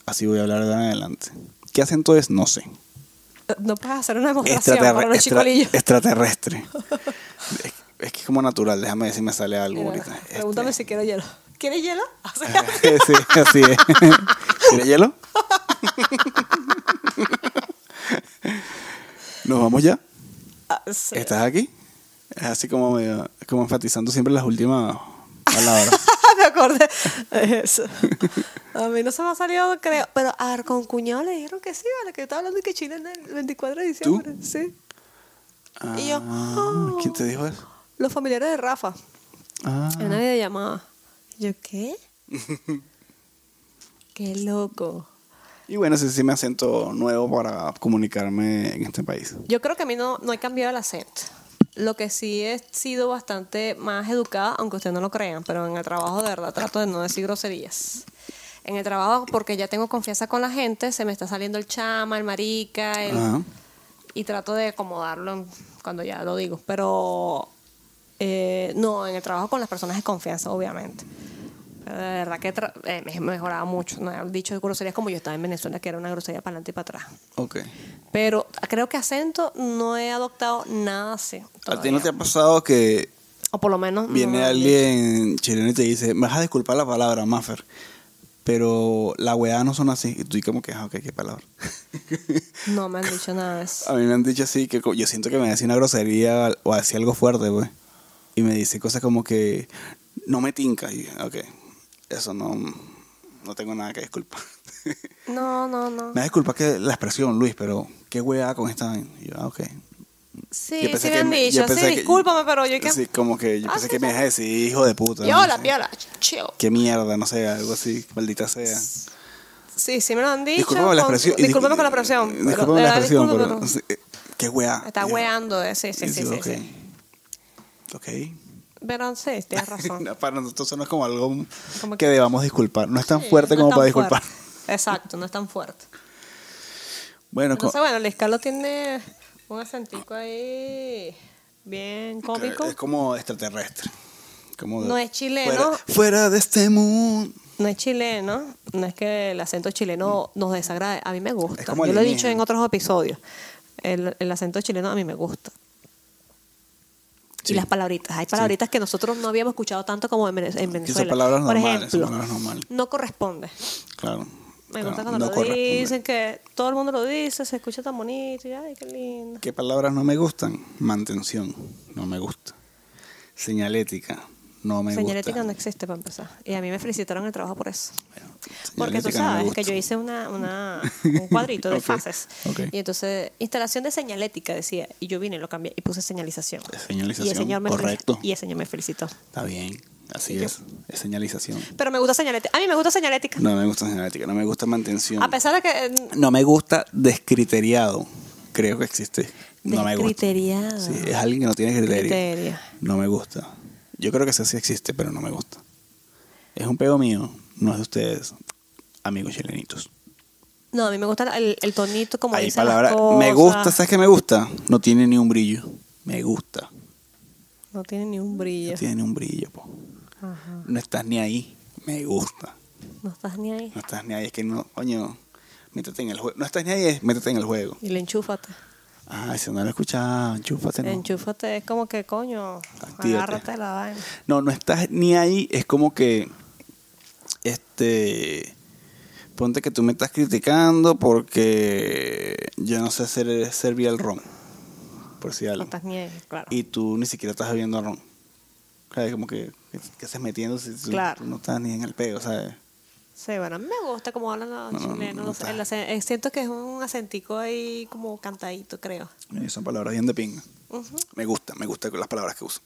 [SPEAKER 2] Así voy a hablar de ahora en adelante. ¿Qué acento es? No sé.
[SPEAKER 1] eh, No puedes hacer una demostración
[SPEAKER 2] Extraterre-
[SPEAKER 1] para los
[SPEAKER 2] extra-
[SPEAKER 1] chicolillos.
[SPEAKER 2] extraterrestre. es, es que es como natural, déjame ver si me sale algo
[SPEAKER 1] Mira,
[SPEAKER 2] ahorita. Este- Ah.
[SPEAKER 1] Pregúntame si quiero hielo. ¿Quieres hielo? Ah, Así-
[SPEAKER 2] sí, así es. ¿Quieres hielo? ¿Nos vamos ya?
[SPEAKER 1] así.
[SPEAKER 2] ¿Estás aquí? Es así como, medio- como enfatizando siempre las últimas palabras.
[SPEAKER 1] me acordé de eso. A mí no se me ha salido, creo. Pero a ver, con cuñado le dijeron que sí, vale, que yo estaba hablando de que Chile en el 24 de diciembre. Sí. Y yo,
[SPEAKER 2] Ah, ¿Quién te dijo eso?
[SPEAKER 1] Los familiares de Rafa.
[SPEAKER 2] Ah,
[SPEAKER 1] En una videollamada. ¿Yo qué? qué loco.
[SPEAKER 2] Y bueno, ese sí me acento nuevo para comunicarme en este país.
[SPEAKER 1] Yo creo que a mí no, no he cambiado el acento. Lo que sí he sido bastante más educada, aunque ustedes no lo crean, pero en el trabajo de verdad trato de no decir groserías. en el trabajo, porque ya tengo confianza con la gente, se me está saliendo el chama, el marica, el-
[SPEAKER 2] Ajá.
[SPEAKER 1] y trato de acomodarlo en- cuando ya lo digo. Pero eh, no, en el trabajo con las personas de confianza, obviamente. Pero de verdad que tra- eh, me he mejorado mucho. No he dicho groserías como yo estaba en Venezuela, que era una grosería para adelante y para atrás.
[SPEAKER 2] Ok.
[SPEAKER 1] Pero creo que acento no he adoptado nada así.
[SPEAKER 2] ¿A ti no te
[SPEAKER 1] todavía.
[SPEAKER 2] ha pasado que
[SPEAKER 1] O por lo menos. no
[SPEAKER 2] viene
[SPEAKER 1] lo he
[SPEAKER 2] alguien chileno y te dice, me vas a disculpar la palabra, Maffer, pero la weá no son así? Y tú y como que, ah, ok, qué palabra.
[SPEAKER 1] dicho. No me han dicho nada de eso.
[SPEAKER 2] A mí me han dicho así, que co- yo siento que me decía una grosería o hacía algo fuerte, pues. Y me dice cosas como que no me tinca. Y, ok, eso no, no tengo nada que disculpar.
[SPEAKER 1] No, no, no.
[SPEAKER 2] me da disculpa que la expresión, Luis, pero qué weá con esta. vaina? Y yo, ah, ok. Yo
[SPEAKER 1] Sí, sí
[SPEAKER 2] pensé que
[SPEAKER 1] me han
[SPEAKER 2] me-
[SPEAKER 1] dicho.
[SPEAKER 2] yo
[SPEAKER 1] Sí,
[SPEAKER 2] pensé que-
[SPEAKER 1] discúlpame, pero yo que.
[SPEAKER 2] Sí, como que yo
[SPEAKER 1] Ah,
[SPEAKER 2] pensé
[SPEAKER 1] sí,
[SPEAKER 2] que me
[SPEAKER 1] sí.
[SPEAKER 2] ibas a decir hijo de puta. no
[SPEAKER 1] Piola,
[SPEAKER 2] sé.
[SPEAKER 1] piola, chill.
[SPEAKER 2] Qué mierda, no sé, algo así, maldita sea.
[SPEAKER 1] Sí, sí me lo han dicho.
[SPEAKER 2] Disculpame la
[SPEAKER 1] con-
[SPEAKER 2] expresión.
[SPEAKER 1] Discúlpame
[SPEAKER 2] discul-
[SPEAKER 1] con la expresión. pero- de
[SPEAKER 2] Discúlpame la
[SPEAKER 1] verdad,
[SPEAKER 2] expresión,
[SPEAKER 1] disculpa,
[SPEAKER 2] pero. sí, eh, Qué weá.
[SPEAKER 1] Está
[SPEAKER 2] Y yo,
[SPEAKER 1] weando, eh, sí, sí,
[SPEAKER 2] y
[SPEAKER 1] sí,
[SPEAKER 2] yo,
[SPEAKER 1] sí,
[SPEAKER 2] ok.
[SPEAKER 1] sí.
[SPEAKER 2] Ok.
[SPEAKER 1] Pero sí, tienes razón.
[SPEAKER 2] No, para nosotros eso no es como algo
[SPEAKER 1] Como
[SPEAKER 2] que
[SPEAKER 1] que-
[SPEAKER 2] debamos disculpar. No es tan
[SPEAKER 1] Sí,
[SPEAKER 2] fuerte
[SPEAKER 1] no
[SPEAKER 2] como
[SPEAKER 1] es tan
[SPEAKER 2] para disculpar.
[SPEAKER 1] fuerte. Exacto, no es tan fuerte.
[SPEAKER 2] Bueno, co-
[SPEAKER 1] Entonces, bueno, Luis Carlos tiene un acentico ahí bien cómico.
[SPEAKER 2] es como extraterrestre. Como de-
[SPEAKER 1] No es chileno.
[SPEAKER 2] Fuera, fuera de este mundo.
[SPEAKER 1] No es chileno, no es que el acento chileno nos desagrade, a mí me
[SPEAKER 2] Es
[SPEAKER 1] gusta.
[SPEAKER 2] como
[SPEAKER 1] Yo lo he dicho
[SPEAKER 2] alienígena.
[SPEAKER 1] en otros episodios. El, el acento chileno a mí me gusta.
[SPEAKER 2] Sí.
[SPEAKER 1] Y las palabritas. Hay palabritas que nosotros no habíamos escuchado tanto como en Vene- en Venezuela.
[SPEAKER 2] palabras
[SPEAKER 1] Por
[SPEAKER 2] normales, son
[SPEAKER 1] ejemplo,
[SPEAKER 2] palabras normales.
[SPEAKER 1] no corresponde.
[SPEAKER 2] Claro.
[SPEAKER 1] Me
[SPEAKER 2] Claro,
[SPEAKER 1] gusta cuando
[SPEAKER 2] Ah,
[SPEAKER 1] lo
[SPEAKER 2] no corresponde.
[SPEAKER 1] dicen, que todo el mundo lo dice, se escucha tan bonito. Y, ay, qué lindo.
[SPEAKER 2] ¿Qué palabras no me gustan? Mantención, no me gusta. Señalética, no me
[SPEAKER 1] Señalética no
[SPEAKER 2] gusta.
[SPEAKER 1] existe para empezar. Y a mí me felicitaron el trabajo por eso.
[SPEAKER 2] Señalética
[SPEAKER 1] Porque tú
[SPEAKER 2] no me
[SPEAKER 1] sabes
[SPEAKER 2] gusta.
[SPEAKER 1] que yo hice una, una- un cuadrito de
[SPEAKER 2] Ok,
[SPEAKER 1] fases.
[SPEAKER 2] ok.
[SPEAKER 1] Y entonces, instalación de señalética, decía. Y yo vine, lo cambié y puse señalización.
[SPEAKER 2] Señalización,
[SPEAKER 1] y el señor me felici-
[SPEAKER 2] correcto.
[SPEAKER 1] Y el señor me felicitó.
[SPEAKER 2] Está bien, así es. Es señalización.
[SPEAKER 1] Pero me gusta señalética. A mí me gusta señalética.
[SPEAKER 2] No me gusta señalética, no me gusta mantención.
[SPEAKER 1] A pesar de que. eh,
[SPEAKER 2] No me gusta descriteriado. Creo que existe. No me gusta.
[SPEAKER 1] Descriteriado.
[SPEAKER 2] Sí, es alguien que no tiene criterio.
[SPEAKER 1] mm, Criterio.
[SPEAKER 2] No me gusta. Yo creo que eso sí existe, pero no me gusta. Es un pego mío, no es de ustedes, amigos chilenitos.
[SPEAKER 1] No, a mí me gusta el, el tonito como
[SPEAKER 2] Hay
[SPEAKER 1] dice las
[SPEAKER 2] palabras. Me
[SPEAKER 1] cosas.
[SPEAKER 2] gusta, ¿sabes qué me gusta? No tiene ni un brillo. Me gusta.
[SPEAKER 1] No tiene ni un brillo.
[SPEAKER 2] No tiene ni un brillo, po.
[SPEAKER 1] Ajá.
[SPEAKER 2] No estás ni ahí. Me gusta.
[SPEAKER 1] No estás ni ahí.
[SPEAKER 2] No estás ni ahí. Es que no, coño, métete en el juego. No estás ni ahí, es métete en el juego.
[SPEAKER 1] Y le enchúfate.
[SPEAKER 2] Ah, si no lo escuchaba, enchúfate, no.
[SPEAKER 1] Enchúfate es como que coño.
[SPEAKER 2] Actívate.
[SPEAKER 1] Agárrate la vaina.
[SPEAKER 2] No, no estás ni ahí. Es como que. Este. Ponte que tú me estás criticando porque yo no sé hacer servir el ron. Por si
[SPEAKER 1] No
[SPEAKER 2] algo.
[SPEAKER 1] estás ni ahí, claro.
[SPEAKER 2] Y tú ni siquiera estás bebiendo ron. Claro, como que, que, que estás metiendo si tú,
[SPEAKER 1] Claro.
[SPEAKER 2] tú no estás ni en el pego, ¿sabes?
[SPEAKER 1] Sí, bueno, a mí me gusta como hablan los
[SPEAKER 2] No, no, no,
[SPEAKER 1] chilenos.
[SPEAKER 2] no
[SPEAKER 1] no sé,
[SPEAKER 2] está.
[SPEAKER 1] el acen- eh, siento que es un acentico ahí como cantadito, creo.
[SPEAKER 2] Eh, Son palabras bien de pinga.
[SPEAKER 1] Ujú.
[SPEAKER 2] Me gusta, me gusta las palabras que uso.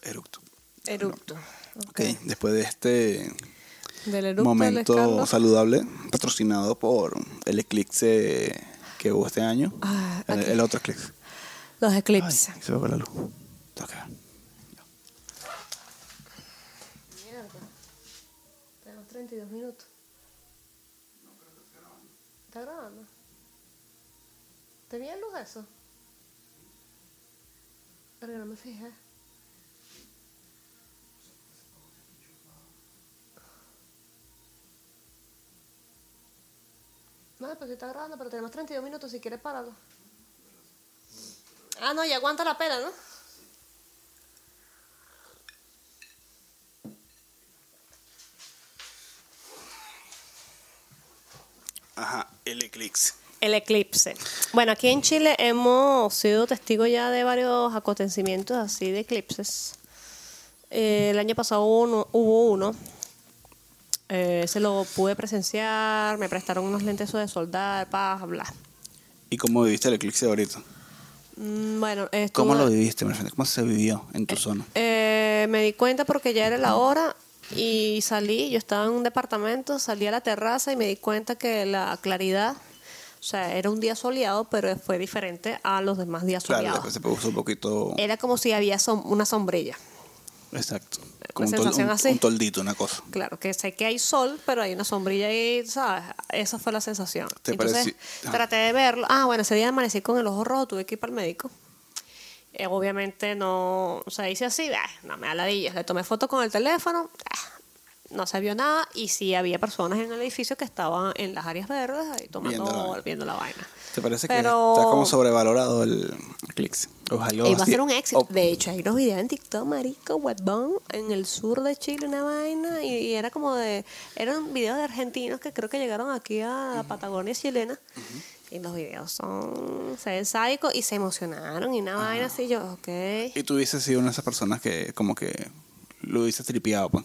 [SPEAKER 2] Eructo.
[SPEAKER 1] Eructo.
[SPEAKER 2] Ok, después de este
[SPEAKER 1] Del eructo del
[SPEAKER 2] momento
[SPEAKER 1] escarlo.
[SPEAKER 2] saludable patrocinado por el eclipse que hubo este año.
[SPEAKER 1] Ah,
[SPEAKER 2] el,
[SPEAKER 1] ok.
[SPEAKER 2] el otro eclipse.
[SPEAKER 1] Los
[SPEAKER 2] Ay,
[SPEAKER 1] eclipses.
[SPEAKER 2] se me fue la luz. Toca.
[SPEAKER 1] Tenemos 32 minutos. ¿Está grabando? ¿Tenía luz eso? Pero no me fijé. No, pues sí está grabando, pero tenemos 32 minutos. Si quieres, páralo. Ah, no, y aguanta la pena, ¿no?
[SPEAKER 2] Ajá, el eclipse.
[SPEAKER 1] El eclipse. Bueno, aquí en Chile hemos sido testigos ya de varios acontecimientos así de eclipses. Eh, el año pasado hubo uno. Hubo uno. Eh, se lo pude presenciar, me prestaron unos lentes esos de soldar, paz, bla.
[SPEAKER 2] ¿Y cómo viviste el eclipse ahorita?
[SPEAKER 1] Mm, Bueno, estuvo-
[SPEAKER 2] ¿Cómo lo viviste, Marifanda? ¿Cómo se vivió en tu zona?
[SPEAKER 1] Eh, me di cuenta porque ya era la hora y salí, yo estaba en un departamento, salí a la terraza y me di cuenta que la claridad, o sea, era un día soleado, pero fue diferente a los demás días
[SPEAKER 2] Claro,
[SPEAKER 1] soleados. Eh,
[SPEAKER 2] después se puso un poquito.
[SPEAKER 1] Era como si había som- una sombrilla.
[SPEAKER 2] Exacto. Como un, tol-
[SPEAKER 1] sensación
[SPEAKER 2] un-
[SPEAKER 1] así.
[SPEAKER 2] un toldito, una cosa.
[SPEAKER 1] Claro, que sé que hay sol, pero hay una sombrilla ahí, ¿sabes? Esa fue la sensación.
[SPEAKER 2] ¿Te
[SPEAKER 1] Entonces,
[SPEAKER 2] pareció? Ajá.
[SPEAKER 1] traté de verlo. Ah, bueno, ese día amanecí con el ojo rojo, tuve que ir para el médico. Eh, obviamente no, o sea, hice así, bah, no me da ladillas. Le tomé foto con el teléfono, bah, no se vio nada. Y sí había personas en el edificio que estaban en las áreas verdes ahí tomando,
[SPEAKER 2] Viendo la
[SPEAKER 1] viendo la,
[SPEAKER 2] vaina.
[SPEAKER 1] vaina.
[SPEAKER 2] ¿Te parece
[SPEAKER 1] Pero-
[SPEAKER 2] que está como sobrevalorado el Clix? Ojalá.
[SPEAKER 1] Iba Eh, a
[SPEAKER 2] así-
[SPEAKER 1] ser un éxito.
[SPEAKER 2] o-
[SPEAKER 1] De hecho, hay unos videos en TikTok, marico, webón, en el sur de Chile, una vaina, y, y era como de... Eran videos de argentinos que creo que llegaron aquí a la Patagonia chilena, y los videos son... Se ven sádicos y se emocionaron, y una
[SPEAKER 2] Ah.
[SPEAKER 1] vaina así, yo, ok...
[SPEAKER 2] Y tú hubieses sido una de esas personas que como que lo hubieses tripeado, pues.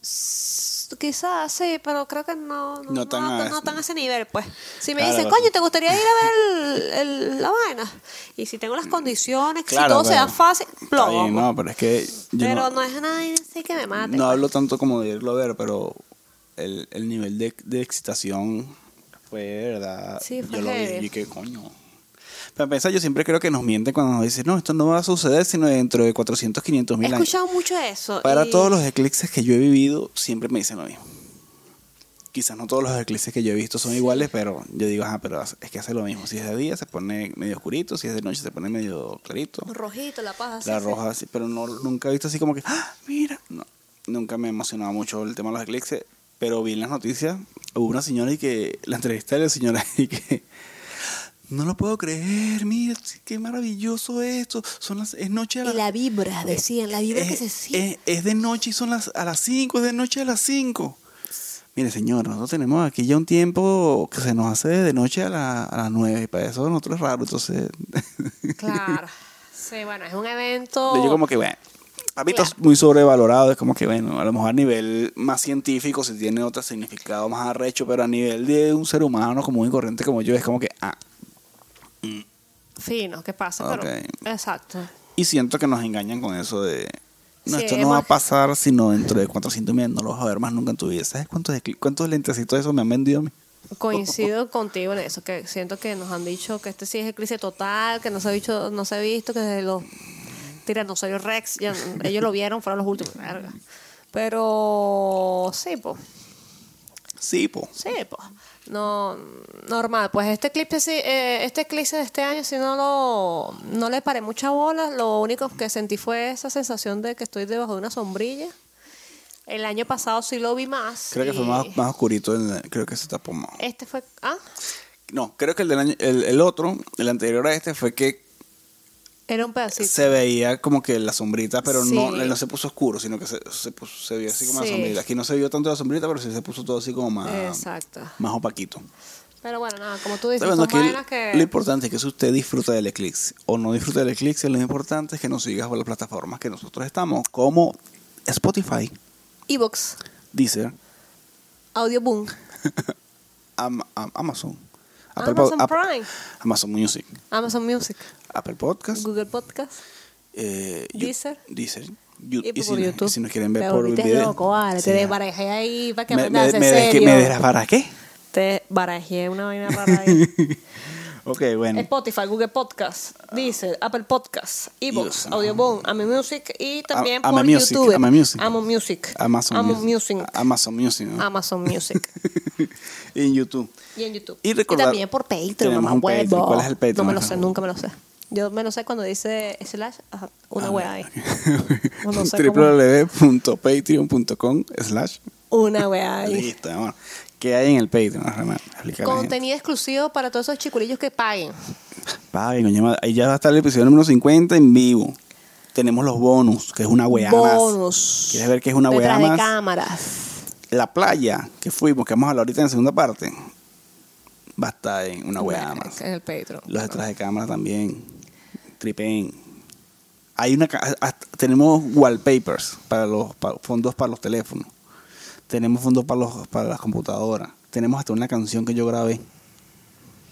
[SPEAKER 1] S- Quizás sí, pero creo que no...
[SPEAKER 2] No tan a-
[SPEAKER 1] no tan a ese nivel, pues. Si me
[SPEAKER 2] Claro,
[SPEAKER 1] dicen,
[SPEAKER 2] pero-
[SPEAKER 1] coño, ¿te gustaría ir a ver el- el- la vaina? Y si tengo las condiciones, que si todo se
[SPEAKER 2] pero-
[SPEAKER 1] da fácil,
[SPEAKER 2] Mm, Está
[SPEAKER 1] plomo. pues.
[SPEAKER 2] bien, no, pero es que yo
[SPEAKER 1] Pero
[SPEAKER 2] no,
[SPEAKER 1] no es nadie así que me mate. pues.
[SPEAKER 2] no hablo tanto como de irlo a ver, pero el, el nivel de, de excitación fue de verdad.
[SPEAKER 1] Sí, fue
[SPEAKER 2] yo lo vi
[SPEAKER 1] heavy.
[SPEAKER 2] y qué coño. Para pensar, yo siempre creo que nos mienten cuando nos dicen, no, esto no va a suceder sino dentro de 400, 500
[SPEAKER 1] He
[SPEAKER 2] mil años.
[SPEAKER 1] escuchado mucho eso.
[SPEAKER 2] Para
[SPEAKER 1] y-
[SPEAKER 2] todos los eclipses que yo he vivido, siempre me dicen lo mismo. Quizás no todos los eclipses que yo he visto son iguales, pero yo digo, ajá, pero es que hace lo mismo. Si es de día, se pone medio oscurito, si es de noche, se pone medio clarito.
[SPEAKER 1] Rojito, la paja. sí,
[SPEAKER 2] La
[SPEAKER 1] sí.
[SPEAKER 2] roja, así, pero no, nunca he visto así como que, ¡Ah, mira. No, nunca me emocionaba mucho el tema de los eclipses, pero vi en las noticias, hubo una señora y que, la entrevista de la señora y que, no lo puedo creer, mira, qué maravilloso esto, son las, es noche a
[SPEAKER 1] Y
[SPEAKER 2] las
[SPEAKER 1] la
[SPEAKER 2] Eh,
[SPEAKER 1] vibra, decían, la vibra que se siente.
[SPEAKER 2] es- es de noche y son las a las 5, es de noche a las 5. Mire, señor, nosotros tenemos aquí ya un tiempo que se nos hace de noche a, la- a las 9 y para eso nosotros es raro, entonces...
[SPEAKER 1] Claro. Sí, bueno, es un evento.
[SPEAKER 2] Yo como que, bueno, a mí
[SPEAKER 1] Oh. Claro.
[SPEAKER 2] está muy sobrevalorado, es como que, bueno, a lo mejor a nivel más científico se tiene otro significado más arrecho, pero a nivel de un ser humano común y corriente como yo es como que, ah,
[SPEAKER 1] Fino, que pasa,
[SPEAKER 2] Ok.
[SPEAKER 1] pero. Exacto.
[SPEAKER 2] y siento que nos engañan con eso de... No,
[SPEAKER 1] Sí,
[SPEAKER 2] esto no va a
[SPEAKER 1] hemos-
[SPEAKER 2] pasar sino dentro de 400 mil, no lo vas a ver más nunca en tu vida. ¿Sabes cuántos, ecli- cuántos lentecitos de esos me han vendido a mí?
[SPEAKER 1] Coincido contigo en eso, que siento que nos han dicho que este sí es eclipse total, que no se ha dicho, no se ha visto, que desde los tiranosaurios Rex, ya- ellos lo vieron, fueron los últimos. verga. Pero sí, pues.
[SPEAKER 2] Sí, po.
[SPEAKER 1] Sí, pues. No, normal. Pues este eclipse, sí, eh, este eclipse de este año, si no lo, no le paré mucha bola, lo único que sentí fue esa sensación de que estoy debajo de una sombrilla. El año pasado sí lo vi más.
[SPEAKER 2] Creo que fue
[SPEAKER 1] y
[SPEAKER 2] más, más oscurito. el- creo que se tapó más.
[SPEAKER 1] Este fue, ah,
[SPEAKER 2] No, creo que el del año, el, el otro, el anterior a este, fue que
[SPEAKER 1] era un pedacito.
[SPEAKER 2] se veía como que la sombrita, pero no,
[SPEAKER 1] Sí.
[SPEAKER 2] no se puso oscuro, sino que se, se, puso- se vio así como
[SPEAKER 1] Sí.
[SPEAKER 2] la sombrita. Aquí no se vio tanto la sombrita, pero sí se puso todo así como más,
[SPEAKER 1] Exacto.
[SPEAKER 2] más opaquito.
[SPEAKER 1] Pero bueno, nada, como tú dices,
[SPEAKER 2] Pero bueno,
[SPEAKER 1] Pues son
[SPEAKER 2] aquí
[SPEAKER 1] vainas que...
[SPEAKER 2] Lo importante es que si usted disfruta del eclipse o no disfruta del eclipse, lo importante es que nos sigas por las plataformas que nosotros estamos, como Spotify,
[SPEAKER 1] Evox,
[SPEAKER 2] Deezer,
[SPEAKER 1] Audio Boom,
[SPEAKER 2] Am- Am- Amazon, Apple Pod-
[SPEAKER 1] Amazon
[SPEAKER 2] App-
[SPEAKER 1] Prime,
[SPEAKER 2] Amazon Music,
[SPEAKER 1] Amazon Music,
[SPEAKER 2] Apple Podcast,
[SPEAKER 1] Google Podcast.
[SPEAKER 2] Eh, you-
[SPEAKER 1] Deezer.
[SPEAKER 2] Deezer. You-
[SPEAKER 1] Y,
[SPEAKER 2] y, si
[SPEAKER 1] por
[SPEAKER 2] no- y
[SPEAKER 1] YouTube.
[SPEAKER 2] si nos quieren ver
[SPEAKER 1] Te
[SPEAKER 2] por
[SPEAKER 1] volviste
[SPEAKER 2] video.
[SPEAKER 1] loco, vale.
[SPEAKER 2] Sí.
[SPEAKER 1] Te desbarajé ahí para que
[SPEAKER 2] me,
[SPEAKER 1] aprendas a
[SPEAKER 2] me,
[SPEAKER 1] ser
[SPEAKER 2] me des- que
[SPEAKER 1] serio.
[SPEAKER 2] me des- ¿Para qué?
[SPEAKER 1] Te barajé una vaina rara ahí.
[SPEAKER 2] ok, bueno.
[SPEAKER 1] Spotify, Google Podcast, Deezer, Apple Podcast, Evox,
[SPEAKER 2] Dios.
[SPEAKER 1] Audioboom, Ame Music y también
[SPEAKER 2] A-
[SPEAKER 1] por
[SPEAKER 2] Ame Music,
[SPEAKER 1] YouTube.
[SPEAKER 2] Ame Music.
[SPEAKER 1] Amo Music.
[SPEAKER 2] Amazon,
[SPEAKER 1] Amo
[SPEAKER 2] Music.
[SPEAKER 1] Music.
[SPEAKER 2] Amazon Music. ¿no?
[SPEAKER 1] Amazon Music.
[SPEAKER 2] y en YouTube.
[SPEAKER 1] y en YouTube.
[SPEAKER 2] Y recordar-
[SPEAKER 1] también por Patreon,
[SPEAKER 2] Tenemos
[SPEAKER 1] mamá
[SPEAKER 2] un Patreon.
[SPEAKER 1] huevo.
[SPEAKER 2] ¿Cuál es el Patreon?
[SPEAKER 1] No me lo sé,
[SPEAKER 2] Ajá.
[SPEAKER 1] nunca me lo sé. Yo me lo sé cuando dice slash, ajá, una
[SPEAKER 2] Ah,
[SPEAKER 1] wea ahí. No lo sé cómo.
[SPEAKER 2] www.patreon.com slash
[SPEAKER 1] Una wea ahí.
[SPEAKER 2] listo, amor. ¿Qué hay en el Patreon? Ah, Ramón, explícale a la gente.
[SPEAKER 1] Contenido exclusivo para todos esos chiculillos que paguen.
[SPEAKER 2] Paguen, coño, madre. Ahí ya va a estar el episodio número 50 en vivo. Tenemos los bonus, que es una weá más.
[SPEAKER 1] Bonus.
[SPEAKER 2] ¿Quieres ver qué es una weá
[SPEAKER 1] Detrás de
[SPEAKER 2] más?
[SPEAKER 1] cámaras.
[SPEAKER 2] La playa que fuimos, que vamos a hablar ahorita en la segunda parte, va a estar en una weá
[SPEAKER 1] Verga,
[SPEAKER 2] más.
[SPEAKER 1] En el Patreon.
[SPEAKER 2] Los detrás de cámara también. Tripen. Hay una ca- hasta- tenemos wallpapers para los pa- fondos para los teléfonos. Tenemos fondos para los para las computadoras. Tenemos hasta una canción que yo grabé.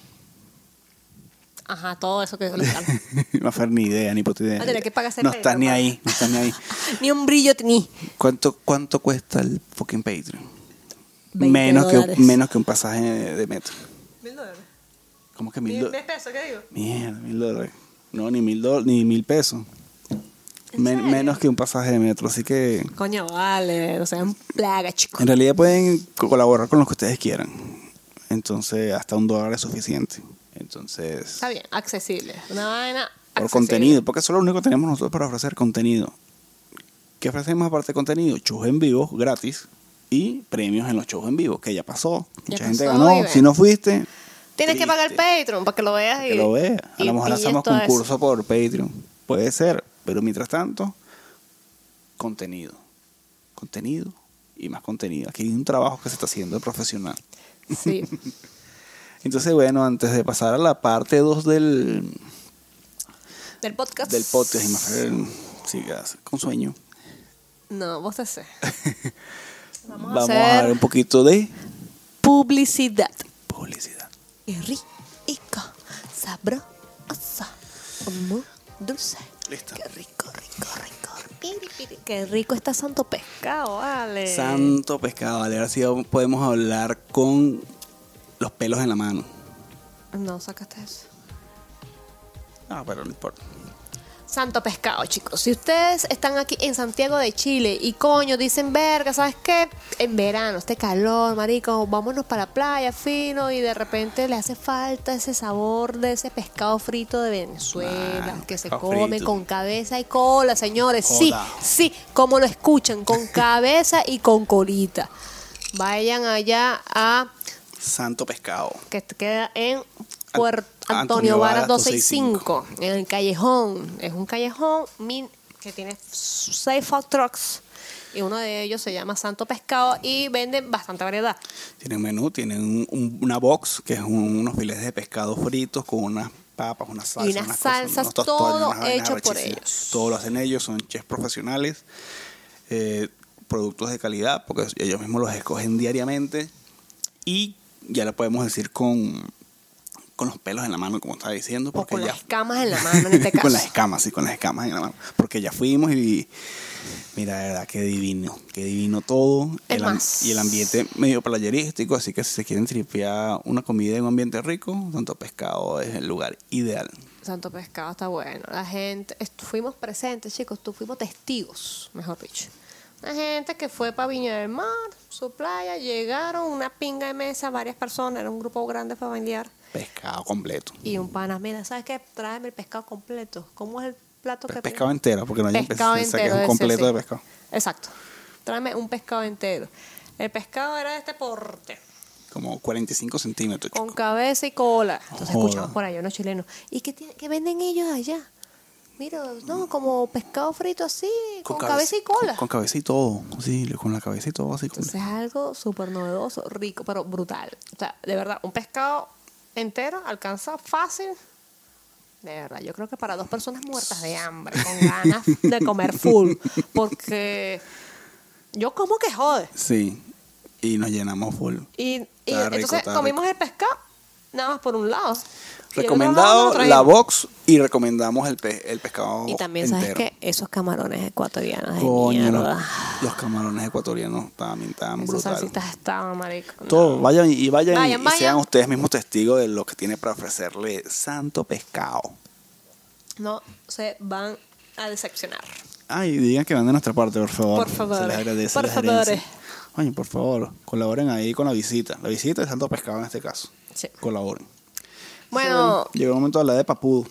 [SPEAKER 1] Ajá, todo eso que es legal.
[SPEAKER 2] no hacer ni idea, ni puta idea.
[SPEAKER 1] Ah, tenés que pagar ese
[SPEAKER 2] no estás
[SPEAKER 1] Patreon,
[SPEAKER 2] ni
[SPEAKER 1] vale.
[SPEAKER 2] ahí, no estás ni ahí.
[SPEAKER 1] Ni un brillo ni
[SPEAKER 2] ¿Cuánto, cuánto cuesta el fucking Patreon?
[SPEAKER 1] 20
[SPEAKER 2] Menos
[SPEAKER 1] dólares.
[SPEAKER 2] que, menos que un pasaje de metro.
[SPEAKER 1] Mil dólares.
[SPEAKER 2] ¿Cómo que mil dólares?
[SPEAKER 1] pesos, ¿qué digo?
[SPEAKER 2] Mierda, mil dólares. No, ni mil, dol- ni mil pesos. Men-
[SPEAKER 1] serio?
[SPEAKER 2] menos que un pasaje de metro. Así que
[SPEAKER 1] Coño, vale, no sean plaga, chicos.
[SPEAKER 2] en realidad pueden co- colaborar con los que ustedes quieran. Entonces, hasta un dólar es suficiente. Entonces,
[SPEAKER 1] Está bien, accesible. Una vaina.
[SPEAKER 2] por
[SPEAKER 1] Ah, accesible.
[SPEAKER 2] contenido, porque eso es lo único que tenemos nosotros para ofrecer contenido. ¿Qué ofrecemos aparte de contenido? Shows en vivo gratis y premios en los shows en vivo, que ya pasó.
[SPEAKER 1] Ya
[SPEAKER 2] Mucha gente
[SPEAKER 1] pasó,
[SPEAKER 2] ganó.
[SPEAKER 1] Iván.
[SPEAKER 2] Si no fuiste,
[SPEAKER 1] Tienes que pagar
[SPEAKER 2] Triste.
[SPEAKER 1] Patreon para que lo veas y.
[SPEAKER 2] que lo vea. A
[SPEAKER 1] y
[SPEAKER 2] lo mejor
[SPEAKER 1] pilles
[SPEAKER 2] hacemos
[SPEAKER 1] todo eso.
[SPEAKER 2] concurso por Patreon. Puede ser, pero mientras tanto, contenido. Contenido y más contenido. Aquí hay un trabajo que se está haciendo profesional.
[SPEAKER 1] Sí.
[SPEAKER 2] Entonces, bueno, antes de pasar a la parte 2 del,
[SPEAKER 1] Del podcast.
[SPEAKER 2] del podcast, y más que sigas con sueño,
[SPEAKER 1] No, vos te sé. Vamos,
[SPEAKER 2] vamos
[SPEAKER 1] a
[SPEAKER 2] a
[SPEAKER 1] hacer
[SPEAKER 2] dar un poquito de
[SPEAKER 1] publicidad.
[SPEAKER 2] publicidad.
[SPEAKER 1] Y rico, sabroso, muy dulce.
[SPEAKER 2] Listo.
[SPEAKER 1] Qué rico, rico, rico. Piri, piri. Qué rico está Santo Pescado, vale.
[SPEAKER 2] Santo pescado, vale. Ahora sí podemos hablar con los pelos en la mano.
[SPEAKER 1] No sacaste eso.
[SPEAKER 2] Ah, pero no importa.
[SPEAKER 1] Santo Pescado, chicos. Si ustedes están aquí en Santiago de Chile y coño, dicen, verga, ¿sabes qué? En verano, este calor, marico, vámonos para la playa, fino, y de repente le hace falta ese sabor de ese pescado frito de Venezuela,
[SPEAKER 2] Ah,
[SPEAKER 1] que se
[SPEAKER 2] pescado
[SPEAKER 1] come
[SPEAKER 2] frito.
[SPEAKER 1] con cabeza y cola, señores. Sí,
[SPEAKER 2] Joda.
[SPEAKER 1] sí, como lo escuchan, con cabeza y con colita. Vayan allá a
[SPEAKER 2] Santo pescado.
[SPEAKER 1] que te queda en
[SPEAKER 2] An-
[SPEAKER 1] Puerto
[SPEAKER 2] Antonio
[SPEAKER 1] Antonio Varas
[SPEAKER 2] Varas 265.
[SPEAKER 1] 265, en el callejón. Es un callejón min- que tiene seis food trucks y uno de ellos se llama Santo Pescado y venden bastante variedad.
[SPEAKER 2] Tienen menú, tienen un- un- una box que es un- unos filetes de pescado fritos con unas papas, unas salsas,
[SPEAKER 1] unas
[SPEAKER 2] unas cosas,
[SPEAKER 1] salsas,
[SPEAKER 2] unos tostones,
[SPEAKER 1] todo
[SPEAKER 2] unas vainas
[SPEAKER 1] hecho por
[SPEAKER 2] arrechísimas.
[SPEAKER 1] ellos.
[SPEAKER 2] Todo lo hacen ellos, son chefs profesionales, eh, productos de calidad, porque ellos mismos los escogen diariamente y ya lo podemos decir con, con los pelos en la mano, como estaba diciendo,
[SPEAKER 1] O
[SPEAKER 2] porque
[SPEAKER 1] con
[SPEAKER 2] ya
[SPEAKER 1] las escamas en la mano, en este caso.
[SPEAKER 2] con las escamas, sí, con las escamas en la mano. Porque ya fuimos y. Mira, de verdad, qué divino. Qué divino todo.
[SPEAKER 1] Es
[SPEAKER 2] El am-
[SPEAKER 1] más.
[SPEAKER 2] y el ambiente medio playerístico. Así que si se quieren tripear una comida en un ambiente rico, tanto pescado es el lugar ideal.
[SPEAKER 1] Santo Pescado está bueno. La gente, est- fuimos presentes, chicos, tú fuimos testigos, mejor dicho. La gente que fue para Viña del Mar, su playa, llegaron, una pinga de mesa, varias personas, era un grupo grande familiar.
[SPEAKER 2] Pescado completo.
[SPEAKER 1] Y un pana, mira, ¿sabes qué? Tráeme el pescado completo. ¿Cómo es el plato
[SPEAKER 2] Pe-
[SPEAKER 1] que
[SPEAKER 2] pescado entero, porque no hay un
[SPEAKER 1] pescado
[SPEAKER 2] pez- o sea, que
[SPEAKER 1] entero,
[SPEAKER 2] es
[SPEAKER 1] ese,
[SPEAKER 2] un completo
[SPEAKER 1] sí.
[SPEAKER 2] de pescado.
[SPEAKER 1] Exacto. Tráeme un pescado entero. El pescado era de este porte,
[SPEAKER 2] Como 45 centímetros.
[SPEAKER 1] con cabeza y cola. Entonces
[SPEAKER 2] Joda.
[SPEAKER 1] escuchamos por allá unos chilenos. ¿Y qué, tiene- qué venden ellos allá? Mira, no, como pescado frito así, con, cabeza, y cola.
[SPEAKER 2] Con, con cabeza y todo. Sí, con la cabeza y todo. Así como-
[SPEAKER 1] Entonces es algo súper novedoso, rico, pero brutal. O sea, de verdad, un pescado entero alcanza fácil. De verdad, yo creo que para dos personas muertas de hambre, con ganas de comer full. Porque yo como que jode.
[SPEAKER 2] Sí. Y nos llenamos full.
[SPEAKER 1] Y, y
[SPEAKER 2] Está rico,
[SPEAKER 1] entonces
[SPEAKER 2] está
[SPEAKER 1] comimos el pescado nada más por un lado. Y el otro lado
[SPEAKER 2] Recomendado
[SPEAKER 1] nos lo
[SPEAKER 2] la
[SPEAKER 1] trajimos.
[SPEAKER 2] box y recomendamos el, pe- el pescado
[SPEAKER 1] Y también sabes
[SPEAKER 2] entero.
[SPEAKER 1] que esos camarones ecuatorianos de
[SPEAKER 2] Coño, los,
[SPEAKER 1] mierda.
[SPEAKER 2] los camarones ecuatorianos también tan
[SPEAKER 1] Esas
[SPEAKER 2] brutales.
[SPEAKER 1] salsitas estaban, marico. no.
[SPEAKER 2] Todo, vayan y vayan, y-
[SPEAKER 1] Vayan,
[SPEAKER 2] y
[SPEAKER 1] vayan.
[SPEAKER 2] sean ustedes mismos testigos de lo que tiene para ofrecerle Santo Pescado.
[SPEAKER 1] no se van a decepcionar.
[SPEAKER 2] Ay, digan que van de nuestra parte, por favor.
[SPEAKER 1] Por favor,
[SPEAKER 2] Se les agradece
[SPEAKER 1] por
[SPEAKER 2] la sugerencia.
[SPEAKER 1] favor.
[SPEAKER 2] Oye, por favor, colaboren ahí con la visita. La visita de Santo Pescado en este caso.
[SPEAKER 1] Sí.
[SPEAKER 2] Colaboren.
[SPEAKER 1] Bueno,
[SPEAKER 2] Llegó el momento de hablar de Papudo.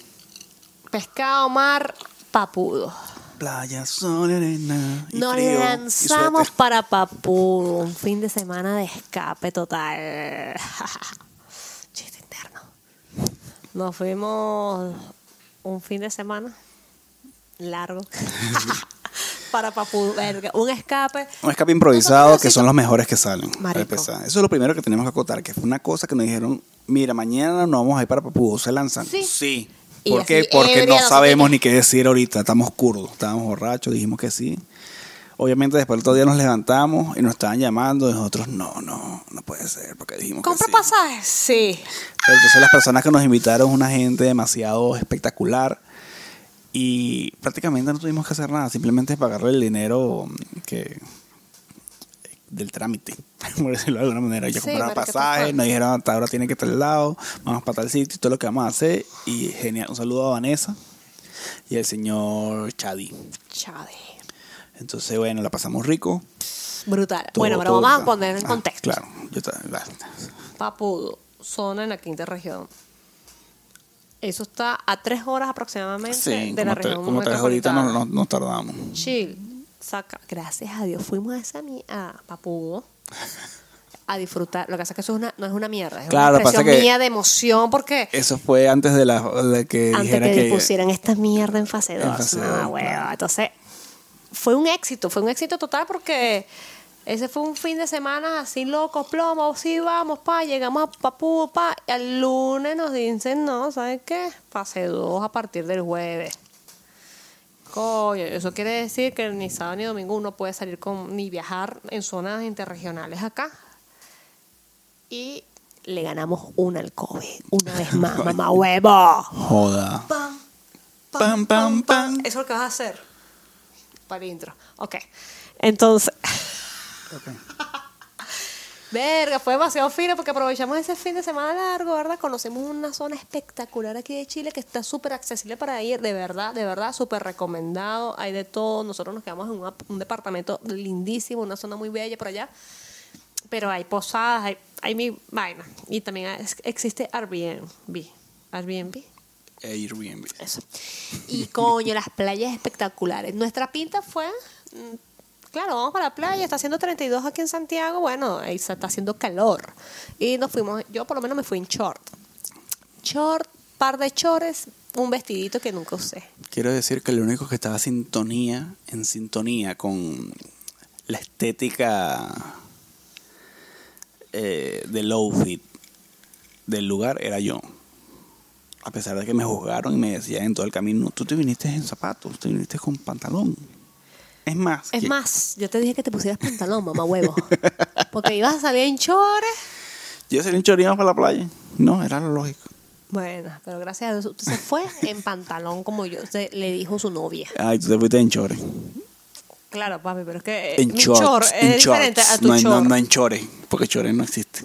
[SPEAKER 1] pescado, mar, papudo.
[SPEAKER 2] Playa, sol, arena. Y
[SPEAKER 1] Nos
[SPEAKER 2] frío, y
[SPEAKER 1] lanzamos
[SPEAKER 2] suéter.
[SPEAKER 1] para Papudo, un fin de semana de escape total. Chiste interno. Nos fuimos un fin de semana largo para Papudo, verga, un escape.
[SPEAKER 2] Un escape improvisado
[SPEAKER 1] Nosotros
[SPEAKER 2] que son los mejores que salen. para
[SPEAKER 1] Marico.
[SPEAKER 2] empezar. Eso es lo primero que tenemos que acotar, que fue una cosa que nos dijeron, mira, mañana no vamos a ir para Papudo, se lanzan.
[SPEAKER 1] Sí. Y
[SPEAKER 2] ¿Por
[SPEAKER 1] así,
[SPEAKER 2] qué? Porque
[SPEAKER 1] ebria,
[SPEAKER 2] no
[SPEAKER 1] no sé
[SPEAKER 2] sabemos
[SPEAKER 1] qué.
[SPEAKER 2] ni qué decir ahorita, estamos curdos, estábamos borrachos, dijimos que sí. Obviamente después del otro día nos levantamos y nos estaban llamando y nosotros, no, no, no puede ser, porque dijimos
[SPEAKER 1] ¿Compra
[SPEAKER 2] que sí.
[SPEAKER 1] pasajes? Sí.
[SPEAKER 2] Pero entonces las personas que nos invitaron, una gente demasiado espectacular. Y prácticamente no tuvimos que hacer nada, simplemente pagarle el dinero mm, que del trámite, por decirlo de alguna manera. Yo
[SPEAKER 1] Sí,
[SPEAKER 2] compraba
[SPEAKER 1] marica, tal
[SPEAKER 2] pasajes,
[SPEAKER 1] cual.
[SPEAKER 2] nos dijeron hasta ahora tiene que estar al lado, vamos para tal sitio, y todo lo que vamos a hacer. Y genial, un saludo a Vanessa, y el señor Chadi.
[SPEAKER 1] Chade.
[SPEAKER 2] Entonces, bueno, la pasamos rico.
[SPEAKER 1] Brutal.
[SPEAKER 2] Todo,
[SPEAKER 1] bueno, pero
[SPEAKER 2] todo,
[SPEAKER 1] vamos a
[SPEAKER 2] claro.
[SPEAKER 1] poner en
[SPEAKER 2] Ah,
[SPEAKER 1] contexto.
[SPEAKER 2] Claro, yo ta- va.
[SPEAKER 1] Papudo, zona en la quinta región. Eso está a tres horas aproximadamente
[SPEAKER 2] Sí,
[SPEAKER 1] Este, de la
[SPEAKER 2] como, tres,
[SPEAKER 1] región.
[SPEAKER 2] como tres horitas
[SPEAKER 1] metropolitana.
[SPEAKER 2] nos, nos- nos tardamos.
[SPEAKER 1] Chill. Saca. Gracias a Dios fuimos a esa mi- a Papudo a disfrutar. Lo que pasa es que eso es una- no es una mierda. Es
[SPEAKER 2] Claro,
[SPEAKER 1] una
[SPEAKER 2] pasa
[SPEAKER 1] expresión
[SPEAKER 2] que-
[SPEAKER 1] mía de emoción porque
[SPEAKER 2] Eso fue antes de, la, de que
[SPEAKER 1] antes
[SPEAKER 2] dijera
[SPEAKER 1] que,
[SPEAKER 2] que.
[SPEAKER 1] pusieran esta mierda en fase 2.
[SPEAKER 2] fase
[SPEAKER 1] no,
[SPEAKER 2] dos,
[SPEAKER 1] hueva.
[SPEAKER 2] claro.
[SPEAKER 1] Entonces, fue un éxito, fue un éxito total porque ese fue un fin de semana así loco, plomo, sí, vamos, pa, llegamos a Papú, pa. Y al lunes nos dicen, no, ¿sabes qué? Fase 2 a partir del jueves. Coño, eso quiere decir que ni sábado ni domingo uno puede salir con, ni viajar en zonas interregionales acá. Y le ganamos una al COVID, una vez más, mamá huevo.
[SPEAKER 2] Joda.
[SPEAKER 1] Pam,
[SPEAKER 2] Pam, pam, pam.
[SPEAKER 1] Eso es lo que vas a hacer. Para el intro. Ok. Entonces. Verga, fue demasiado fino porque aprovechamos ese fin de semana largo, ¿verdad? Conocemos una zona espectacular aquí de Chile que está súper accesible para ir, de verdad, de verdad, súper recomendado, hay de todo. Nosotros nos quedamos en un, ap- un departamento lindísimo, una zona muy bella por allá, pero hay posadas, hay, hay mi vaina. Y también es- existe Airbnb. Airbnb,
[SPEAKER 2] Airbnb.
[SPEAKER 1] eso. Y coño, las playas espectaculares. Nuestra pinta fue, mm, claro, vamos para la playa, está haciendo 32 aquí en Santiago, bueno, ahí se está haciendo calor. Y nos fuimos, yo por lo menos me fui en short. Short, par de chores, un vestidito que nunca usé.
[SPEAKER 2] Quiero decir que lo único que estaba sintonía, en sintonía con la estética eh, del outfit del lugar era yo. A pesar de que me juzgaron y me decían en todo el camino, tú te viniste en zapatos, te viniste con pantalón. Es más,
[SPEAKER 1] Es
[SPEAKER 2] que-
[SPEAKER 1] más, yo te dije que te pusieras pantalón, mamá huevo. Porque ibas a salir en chores.
[SPEAKER 2] yo salí en choríamos para la playa. No, era lo lógico.
[SPEAKER 1] Bueno, pero gracias a Dios, usted se fue en pantalón como yo, se- le dijo su novia.
[SPEAKER 2] Ay, Ah, tú te fuiste en chores.
[SPEAKER 1] Claro, papi, pero es que eh,
[SPEAKER 2] En
[SPEAKER 1] mi chor
[SPEAKER 2] shorts,
[SPEAKER 1] es
[SPEAKER 2] en
[SPEAKER 1] diferente a
[SPEAKER 2] shorts.
[SPEAKER 1] tu
[SPEAKER 2] No, en- no,
[SPEAKER 1] chor.
[SPEAKER 2] no en chores, porque chores no existe.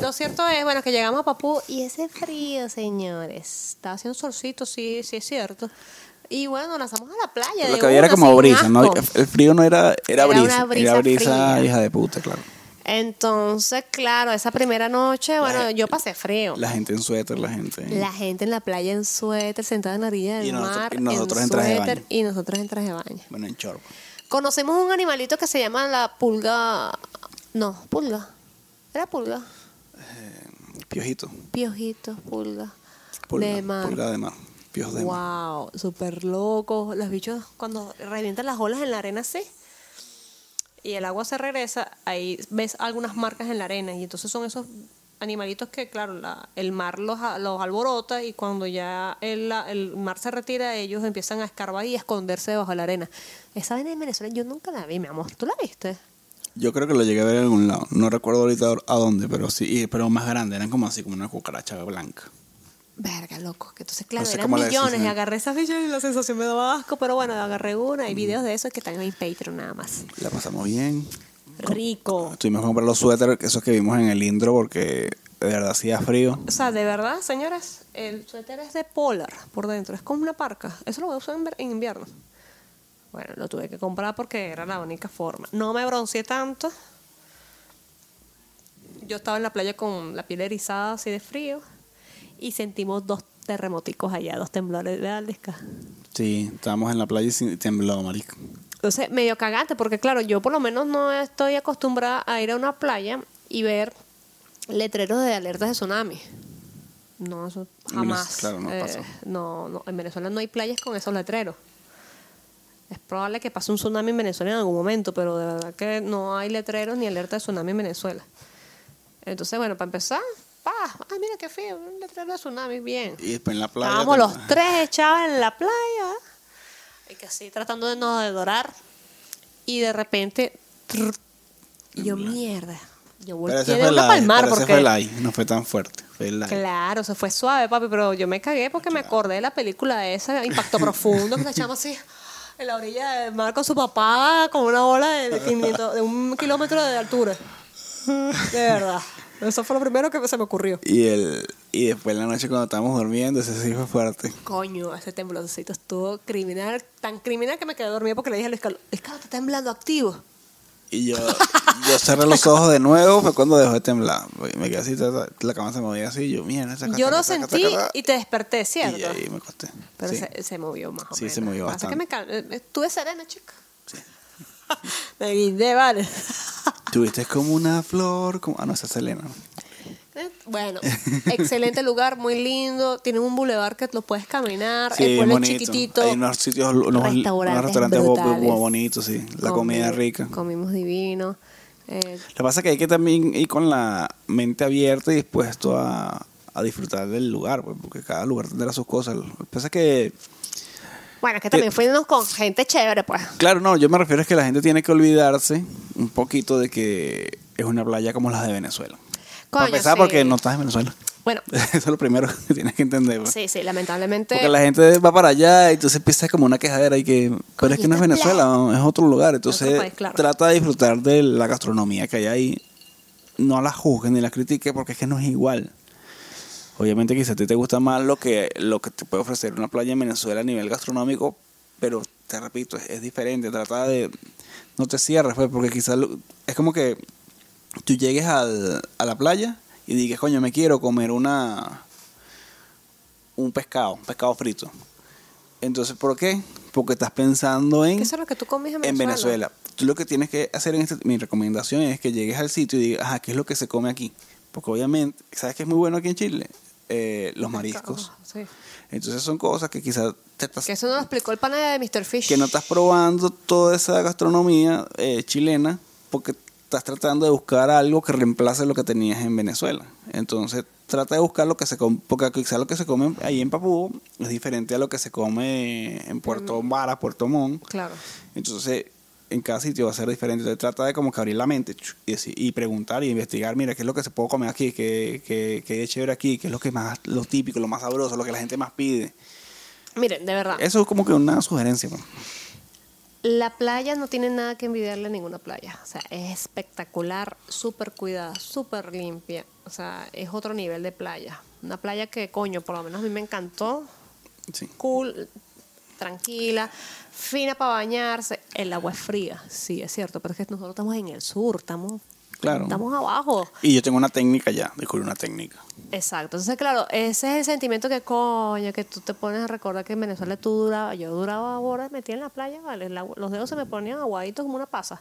[SPEAKER 1] Lo cierto es, bueno, que llegamos a Papú y ese frío, señores. Estaba haciendo solcito, sí, sí es cierto. Y bueno, lanzamos a la playa.
[SPEAKER 2] Lo
[SPEAKER 1] de
[SPEAKER 2] que había era
[SPEAKER 1] una,
[SPEAKER 2] como
[SPEAKER 1] sin
[SPEAKER 2] brisa, ¿no?
[SPEAKER 1] asco.
[SPEAKER 2] El frío no era, era,
[SPEAKER 1] Era
[SPEAKER 2] brisa.
[SPEAKER 1] una brisa
[SPEAKER 2] Era brisa
[SPEAKER 1] fría.
[SPEAKER 2] hija de puta, claro.
[SPEAKER 1] Entonces, claro, esa primera noche, bueno,
[SPEAKER 2] La-
[SPEAKER 1] yo pasé frío. La,
[SPEAKER 2] La gente en suéter, la gente.
[SPEAKER 1] gente en la playa en suéter, sentada en la orilla del
[SPEAKER 2] Y nosotros-
[SPEAKER 1] mar,
[SPEAKER 2] y nosotros
[SPEAKER 1] en,
[SPEAKER 2] en traje de
[SPEAKER 1] suéter,
[SPEAKER 2] baño.
[SPEAKER 1] y nosotros en traje de baño.
[SPEAKER 2] Bueno, en chorro.
[SPEAKER 1] Conocemos un animalito que se llama la pulga. No, pulga. Era pulga.
[SPEAKER 2] Piojito.
[SPEAKER 1] Piojitos, pulga.
[SPEAKER 2] Pulga
[SPEAKER 1] de mar.
[SPEAKER 2] Pulga de mar. Pios de mar.
[SPEAKER 1] Wow, súper loco. Los bichos cuando revientan las olas en la arena así y el agua se regresa, ahí ves algunas marcas en la arena y entonces son esos animalitos que, claro, la- el mar los, a- los alborota y cuando ya el, la- el mar se retira, ellos empiezan a escarbar y a esconderse debajo de la arena. Esa vaina en Venezuela yo nunca la vi, mi amor. ¿Tú la viste?
[SPEAKER 2] Yo creo que lo llegué a ver en algún lado. No recuerdo ahorita a dónde, pero sí, y- pero más grande. Eran como así, como una cucaracha blanca.
[SPEAKER 1] Verga, loco. Que entonces, claro,
[SPEAKER 2] No sé
[SPEAKER 1] eran
[SPEAKER 2] cómo le
[SPEAKER 1] millones.
[SPEAKER 2] decís,
[SPEAKER 1] y
[SPEAKER 2] ¿eh?
[SPEAKER 1] agarré esas bichas y la sensación me daba asco, pero bueno, agarré una.
[SPEAKER 2] Mm.
[SPEAKER 1] Hay videos de eso que están en Patreon nada más.
[SPEAKER 2] La pasamos bien.
[SPEAKER 1] Rico.
[SPEAKER 2] Tuvimos que comprar los suéteres, esos que vimos en el intro, porque de verdad hacía frío.
[SPEAKER 1] O sea, de verdad, señores, el suéter es de polar por dentro, es como una parca. Eso lo voy a usar en ver- en invierno. Bueno, lo tuve que comprar porque era la única forma. No me bronceé tanto. Yo estaba en la playa con la piel erizada así de frío y sentimos dos terremoticos allá, dos temblores de Aldesca.
[SPEAKER 2] Sí, estábamos en la playa y sin- tembló, marico.
[SPEAKER 1] Entonces, medio cagante, porque claro, yo por lo menos no estoy acostumbrada a ir a una playa y ver letreros de alertas de tsunami. No, eso
[SPEAKER 2] En
[SPEAKER 1] jamás. Eh,
[SPEAKER 2] Venez- claro, no pasa.
[SPEAKER 1] no, no, en Venezuela no hay playas con esos letreros. Es probable que pase un tsunami en Venezuela en algún momento, pero de verdad que no hay letreros ni alerta de tsunami en Venezuela. Entonces, bueno, para empezar, ¡pah! ¡Ay, mira qué feo! Un letrero de tsunami, bien.
[SPEAKER 2] Y después en la playa.
[SPEAKER 1] Estábamos
[SPEAKER 2] tembló.
[SPEAKER 1] los tres echados en la playa. Y que así tratando de no dedorar. Y de repente. trrr, y yo, mierda. Yo
[SPEAKER 2] Pero
[SPEAKER 1] volteé
[SPEAKER 2] ese
[SPEAKER 1] de
[SPEAKER 2] fue
[SPEAKER 1] una
[SPEAKER 2] live,
[SPEAKER 1] palmar
[SPEAKER 2] pero ese fue
[SPEAKER 1] porque.
[SPEAKER 2] live, no fue tan fuerte. Fue live.
[SPEAKER 1] Claro, se fue suave, papi, pero yo me cagué porque me acordé de la película esa, Impacto Profundo, que la chama así en la orilla del mar con su papá, con una ola de, 500 de un kilómetro de altura. De verdad. Eso fue lo primero que se me ocurrió.
[SPEAKER 2] Y el, Y después en la noche cuando estábamos durmiendo, ese sí fue fuerte.
[SPEAKER 1] Coño, ese temblorcito estuvo criminal, tan criminal que me quedé dormida porque le dije a Luis Carlos, Luis Carlos, está temblando activo.
[SPEAKER 2] Y yo, yo cerré los ojos de nuevo, fue cuando dejó de temblar. Me quedé así, ta, ta, la cama se movía así, y yo, mierda, taca,
[SPEAKER 1] Yo lo
[SPEAKER 2] taca, taca,
[SPEAKER 1] sentí
[SPEAKER 2] taca,
[SPEAKER 1] y te desperté, ¿cierto?
[SPEAKER 2] Y ahí me acosté.
[SPEAKER 1] Pero
[SPEAKER 2] Sí.
[SPEAKER 1] se, se movió más o
[SPEAKER 2] Sí,
[SPEAKER 1] menos.
[SPEAKER 2] se movió
[SPEAKER 1] Pasa que
[SPEAKER 2] bastante.
[SPEAKER 1] me cal- eh, Estuve serena, chica. me guindé, vale.
[SPEAKER 2] Tuviste como una flor, como... Ah, no, esa es Selena. ¿no?
[SPEAKER 1] Bueno, excelente lugar, muy lindo. Tienen un bulevar que lo puedes caminar.
[SPEAKER 2] Sí,
[SPEAKER 1] el
[SPEAKER 2] es
[SPEAKER 1] pueblo es
[SPEAKER 2] bonito.
[SPEAKER 1] chiquitito.
[SPEAKER 2] Hay unos sitios, unos unos
[SPEAKER 1] Restaurantes
[SPEAKER 2] restaurantes, bo- bo-
[SPEAKER 1] brutales.
[SPEAKER 2] bonitos, sí. La comida
[SPEAKER 1] Comi-
[SPEAKER 2] rica.
[SPEAKER 1] Comimos divino. Eh,
[SPEAKER 2] Lo que pasa es que hay que también ir con la mente abierta y dispuesto a, a disfrutar del lugar, pues, porque cada lugar tendrá sus cosas. Lo que pasa es que,
[SPEAKER 1] bueno, que también fuimos con gente chévere, pues.
[SPEAKER 2] claro, no, yo me refiero es que la gente tiene que olvidarse un poquito de que es una playa como las de Venezuela. Para
[SPEAKER 1] Coño,
[SPEAKER 2] empezar,
[SPEAKER 1] sí.
[SPEAKER 2] porque no estás en Venezuela.
[SPEAKER 1] Bueno,
[SPEAKER 2] Eso es lo primero que tienes que entender. pues.
[SPEAKER 1] sí, sí, lamentablemente.
[SPEAKER 2] Porque la gente va para allá y entonces empieza como una quejadera y que, pero es que no es
[SPEAKER 1] esta
[SPEAKER 2] Venezuela, no, es otro lugar. Entonces
[SPEAKER 1] Otro país, claro.
[SPEAKER 2] trata de disfrutar de la gastronomía que hay ahí. No la juzguen ni la critiquen porque es que no es igual. Obviamente quizás a ti te gusta más lo que, lo que te puede ofrecer una playa en Venezuela a nivel gastronómico, pero te repito, es, es diferente. Trata de... No te cierres, pues, porque quizás lo- es como que tú llegues al- a la playa y digas, coño, me quiero comer una un pescado, un pescado frito. Entonces, ¿por qué? Porque estás pensando en,
[SPEAKER 1] ¿Qué es lo que tú comes en
[SPEAKER 2] en
[SPEAKER 1] Venezuela? Ah,
[SPEAKER 2] Venezuela. Tú lo que tienes que hacer en este, mi recomendación es que llegues al sitio y digas, ajá, ¿qué es lo que se come aquí? Porque obviamente, ¿sabes qué es muy bueno aquí en Chile? Eh, los mariscos.
[SPEAKER 1] Sí.
[SPEAKER 2] Entonces son cosas que quizás te estás
[SPEAKER 1] Que eso nos lo explicó el pana de Mr. Fish.
[SPEAKER 2] que no estás probando toda esa gastronomía eh, chilena porque estás tratando de buscar algo que reemplace lo que tenías en Venezuela. Entonces, trata de buscar lo que se come, porque quizás lo que se come ahí en Papú es diferente a lo que se come en Puerto Varas, Puerto Montt.
[SPEAKER 1] Claro.
[SPEAKER 2] Entonces, en cada sitio va a ser diferente. Entonces, trata de como que abrir la mente chu, y, decir- y preguntar y investigar, mira, qué es lo que se puede comer aquí, qué, qué, qué es chévere aquí, qué es lo que más, lo típico, lo más sabroso, lo que la gente más pide.
[SPEAKER 1] Miren, de verdad.
[SPEAKER 2] Eso es como que una sugerencia. pues.
[SPEAKER 1] La playa no tiene nada que envidiarle a ninguna playa. O sea, es espectacular, súper cuidada, súper limpia. O sea, es otro nivel de playa. Una playa que, coño, por lo menos a mí me encantó.
[SPEAKER 2] Sí.
[SPEAKER 1] Cool, tranquila, fina para bañarse. El agua es fría, sí, es cierto. Pero es que nosotros estamos en el sur, estamos,
[SPEAKER 2] Claro.
[SPEAKER 1] estamos abajo.
[SPEAKER 2] Y yo tengo una técnica ya, descubrí una técnica.
[SPEAKER 1] Exacto. Entonces, claro, ese es el sentimiento que, coño, que tú te pones a recordar que en Venezuela tú duraba, yo duraba horas metida en la playa, vale, la- los dedos se me ponían aguaditos como una pasa.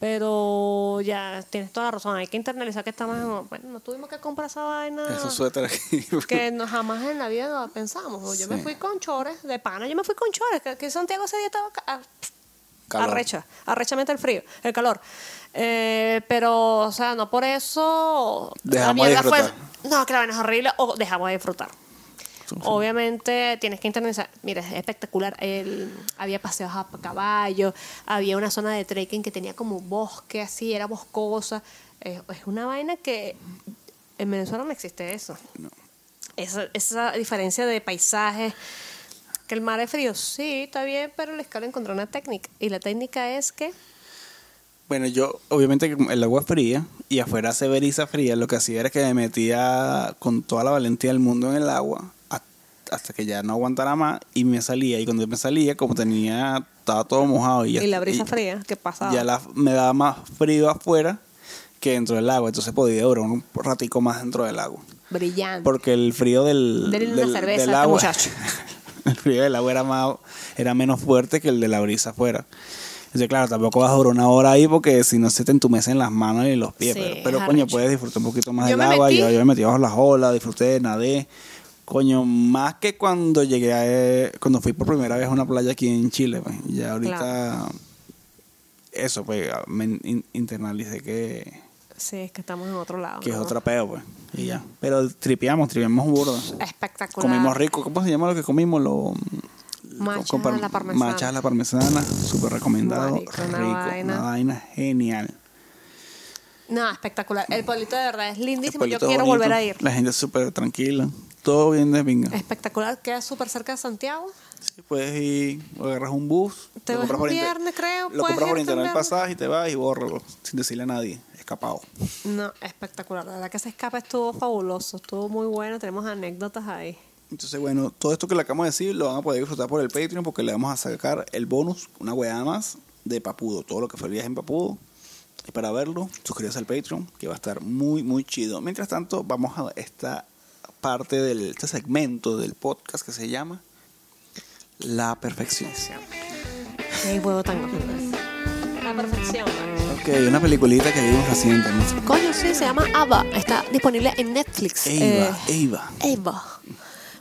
[SPEAKER 1] Pero ya tienes toda la razón, hay que internalizar que estamos, bueno, no tuvimos que comprar esa vaina
[SPEAKER 2] Esos suéteres aquí.
[SPEAKER 1] Ah. que no, jamás en la vida lo pensamos. Yo me
[SPEAKER 2] Sí.
[SPEAKER 1] fui con chores, de pana, yo me fui con chores, que, que Santiago ese día estaba ca- ah,
[SPEAKER 2] Calor.
[SPEAKER 1] Arrecha, arrechamente el frío, el calor. Eh, pero, o sea, no por eso.
[SPEAKER 2] Dejamos de
[SPEAKER 1] mierda
[SPEAKER 2] disfrutar.
[SPEAKER 1] no, claro, es horrible o dejamos de disfrutar.
[SPEAKER 2] Sí, sí.
[SPEAKER 1] Obviamente tienes que internalizar. Mira, es espectacular. El, había paseos a caballo, había una zona de trekking que tenía como bosque así, era boscosa. Eh, es una vaina que en Venezuela no existe eso.
[SPEAKER 2] No.
[SPEAKER 1] Esa, esa diferencia de paisajes. Que el mar es frío, sí, está bien, pero les cabe encontrar una técnica. Y la técnica es que
[SPEAKER 2] Bueno, yo, obviamente, que el agua es fría y afuera se veriza fría. Lo que hacía era que me metía con toda la valentía del mundo en el agua ha- hasta que ya no aguantara más y me salía. Y cuando me salía, como tenía, estaba todo mojado. Y, ya-
[SPEAKER 1] y la brisa
[SPEAKER 2] y-
[SPEAKER 1] fría, ¿qué pasa?
[SPEAKER 2] Ya la- me daba más frío afuera que dentro del agua. Entonces podía durar un ratico más dentro del agua.
[SPEAKER 1] Brillante.
[SPEAKER 2] Porque el frío del,
[SPEAKER 1] Denle una
[SPEAKER 2] del,
[SPEAKER 1] cerveza a
[SPEAKER 2] del
[SPEAKER 1] este
[SPEAKER 2] agua.
[SPEAKER 1] muchacho.
[SPEAKER 2] el frío del agua era más, era menos fuerte que el de la brisa afuera. Entonces, claro, tampoco vas a durar una hora ahí porque si no se te entumecen las manos y los pies.
[SPEAKER 1] Sí,
[SPEAKER 2] pero
[SPEAKER 1] es
[SPEAKER 2] pero, coño,
[SPEAKER 1] arrecho.
[SPEAKER 2] puedes disfrutar un poquito más
[SPEAKER 1] Yo
[SPEAKER 2] del
[SPEAKER 1] me
[SPEAKER 2] agua.
[SPEAKER 1] metí-
[SPEAKER 2] Yo, yo me metí bajo las olas, disfruté, nadé. Coño, más que cuando llegué a, eh, cuando fui por primera vez a una playa aquí en Chile. pues. ya ahorita, eso, pues, me in- internalicé que,
[SPEAKER 1] Sí, es que estamos en otro lado.
[SPEAKER 2] que es
[SPEAKER 1] ¿no?
[SPEAKER 2] otro peo, pues. Y ya. Pero tripeamos, tripeamos burda.
[SPEAKER 1] Espectacular.
[SPEAKER 2] Comimos rico, ¿cómo se llama lo que comimos? Lo,
[SPEAKER 1] Machas
[SPEAKER 2] con par-
[SPEAKER 1] a la parmesana.
[SPEAKER 2] Machas a la parmesana, súper recomendado,
[SPEAKER 1] Marico, una
[SPEAKER 2] rico,
[SPEAKER 1] vaina.
[SPEAKER 2] una vaina genial.
[SPEAKER 1] No, espectacular. El pueblito de verdad es
[SPEAKER 2] El
[SPEAKER 1] lindísimo. Yo
[SPEAKER 2] pueblito
[SPEAKER 1] quiero
[SPEAKER 2] bonito,
[SPEAKER 1] volver a ir. Eh.
[SPEAKER 2] La gente es súper tranquila. todo bien de pinga.
[SPEAKER 1] Espectacular, queda súper cerca de Santiago.
[SPEAKER 2] Sí, puedes ir, o agarras un bus,
[SPEAKER 1] Te
[SPEAKER 2] lo
[SPEAKER 1] vas
[SPEAKER 2] compras
[SPEAKER 1] un
[SPEAKER 2] por inter-
[SPEAKER 1] viernes, creo,
[SPEAKER 2] Lo
[SPEAKER 1] puedes
[SPEAKER 2] compras por
[SPEAKER 1] irte un
[SPEAKER 2] internet el
[SPEAKER 1] viernes.
[SPEAKER 2] pasaje y te vas y bórralo, sin decirle a nadie. Escapado.
[SPEAKER 1] No, espectacular. La verdad que ese escape estuvo fabuloso, estuvo muy bueno, tenemos anécdotas ahí.
[SPEAKER 2] Entonces, bueno, todo esto que le acabamos de decir lo van a poder disfrutar por el Patreon porque le vamos a sacar el bonus, una weá más, de Papudo. Todo lo que fue el viaje en Papudo. Y para verlo, suscríbase al Patreon, que va a estar muy, muy chido. Mientras tanto, vamos a esta parte del este segmento del podcast que se llama La Perfección.
[SPEAKER 1] Qué huevo tan grande. La perfección. ¿no?
[SPEAKER 2] Ok, una peliculita que vimos recientemente.
[SPEAKER 1] Coño, sí, se llama Ava. Está disponible en Netflix. Eh,
[SPEAKER 2] Eva, Eva.
[SPEAKER 1] Ava.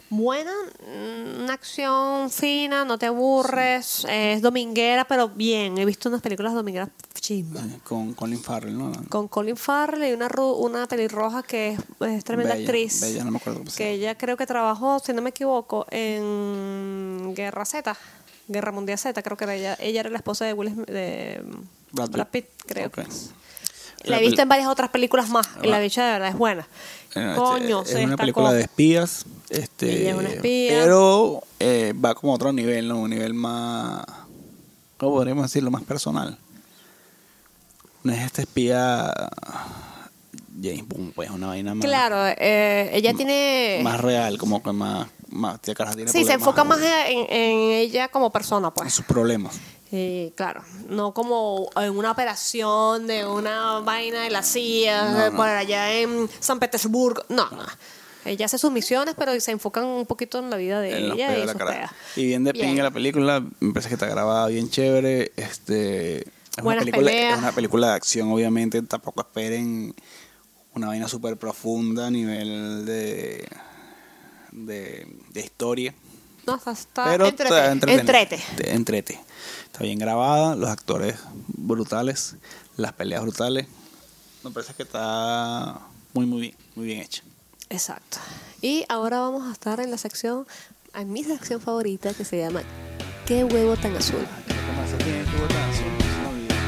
[SPEAKER 1] Buena, mm, una acción fina, no te aburres, es dominguera, pero bien. He visto unas películas domingueras chismas.
[SPEAKER 2] Eh, Con Colin Farrell, ¿no?
[SPEAKER 1] Con Colin Farrell y una, ru- una pelirroja que es, es tremenda
[SPEAKER 2] Bella,
[SPEAKER 1] actriz.
[SPEAKER 2] Bella, no me acuerdo cómo se
[SPEAKER 1] que
[SPEAKER 2] llama.
[SPEAKER 1] ella creo que trabajó, si no me equivoco, en Guerra Z, Guerra Mundial Z, creo que era ella, ella era la esposa de Will Smith- de mm,
[SPEAKER 2] Brad Pitt.
[SPEAKER 1] Brad Pitt, creo.
[SPEAKER 2] Ok.
[SPEAKER 1] La
[SPEAKER 2] La
[SPEAKER 1] he visto
[SPEAKER 2] peli-
[SPEAKER 1] en varias otras películas más, y la
[SPEAKER 2] Ah.
[SPEAKER 1] bicha de verdad es buena.
[SPEAKER 2] Bueno, este,
[SPEAKER 1] Coño,
[SPEAKER 2] es
[SPEAKER 1] se
[SPEAKER 2] una
[SPEAKER 1] destacó.
[SPEAKER 2] película de espías. Este,
[SPEAKER 1] Ella es una espía.
[SPEAKER 2] Pero eh, va como a otro nivel, ¿no? Un nivel más. ¿Cómo podríamos decirlo? Más personal. No es este espía. James Bond, pues, una vaina más.
[SPEAKER 1] Claro, eh, ella tiene...
[SPEAKER 2] Más real, como que más. más tía caraja, tiene
[SPEAKER 1] sí, se
[SPEAKER 2] problemas
[SPEAKER 1] enfoca más en, en ella como persona,
[SPEAKER 2] En
[SPEAKER 1] pues.
[SPEAKER 2] sus problemas.
[SPEAKER 1] Y Eh, claro, no como en una operación de una vaina de la CIA
[SPEAKER 2] No,
[SPEAKER 1] eh,
[SPEAKER 2] no.
[SPEAKER 1] por allá en San Petersburgo. No, no. Ella hace sus misiones, pero se enfocan un poquito en la vida de
[SPEAKER 2] en los
[SPEAKER 1] ella
[SPEAKER 2] peos
[SPEAKER 1] y
[SPEAKER 2] de la
[SPEAKER 1] sus
[SPEAKER 2] caraja.
[SPEAKER 1] peas.
[SPEAKER 2] Y bien de
[SPEAKER 1] Bien.
[SPEAKER 2] pinga la película, me parece que está grabada bien chévere. Este, es, una
[SPEAKER 1] Buenas
[SPEAKER 2] película,
[SPEAKER 1] peleas.
[SPEAKER 2] es una película de acción, obviamente. Tampoco esperen una vaina súper profunda a nivel de, de, de historia.
[SPEAKER 1] No, está, está
[SPEAKER 2] Pero
[SPEAKER 1] entrete.
[SPEAKER 2] está entretenida.
[SPEAKER 1] entrete.
[SPEAKER 2] Te- entrete. Está bien grabada, los actores brutales, las peleas brutales. Me parece que está muy, muy bien, muy bien hecha.
[SPEAKER 1] Exacto. Y ahora vamos a estar en la sección, en mi sección favorita que se llama ¿Qué huevo tan azul?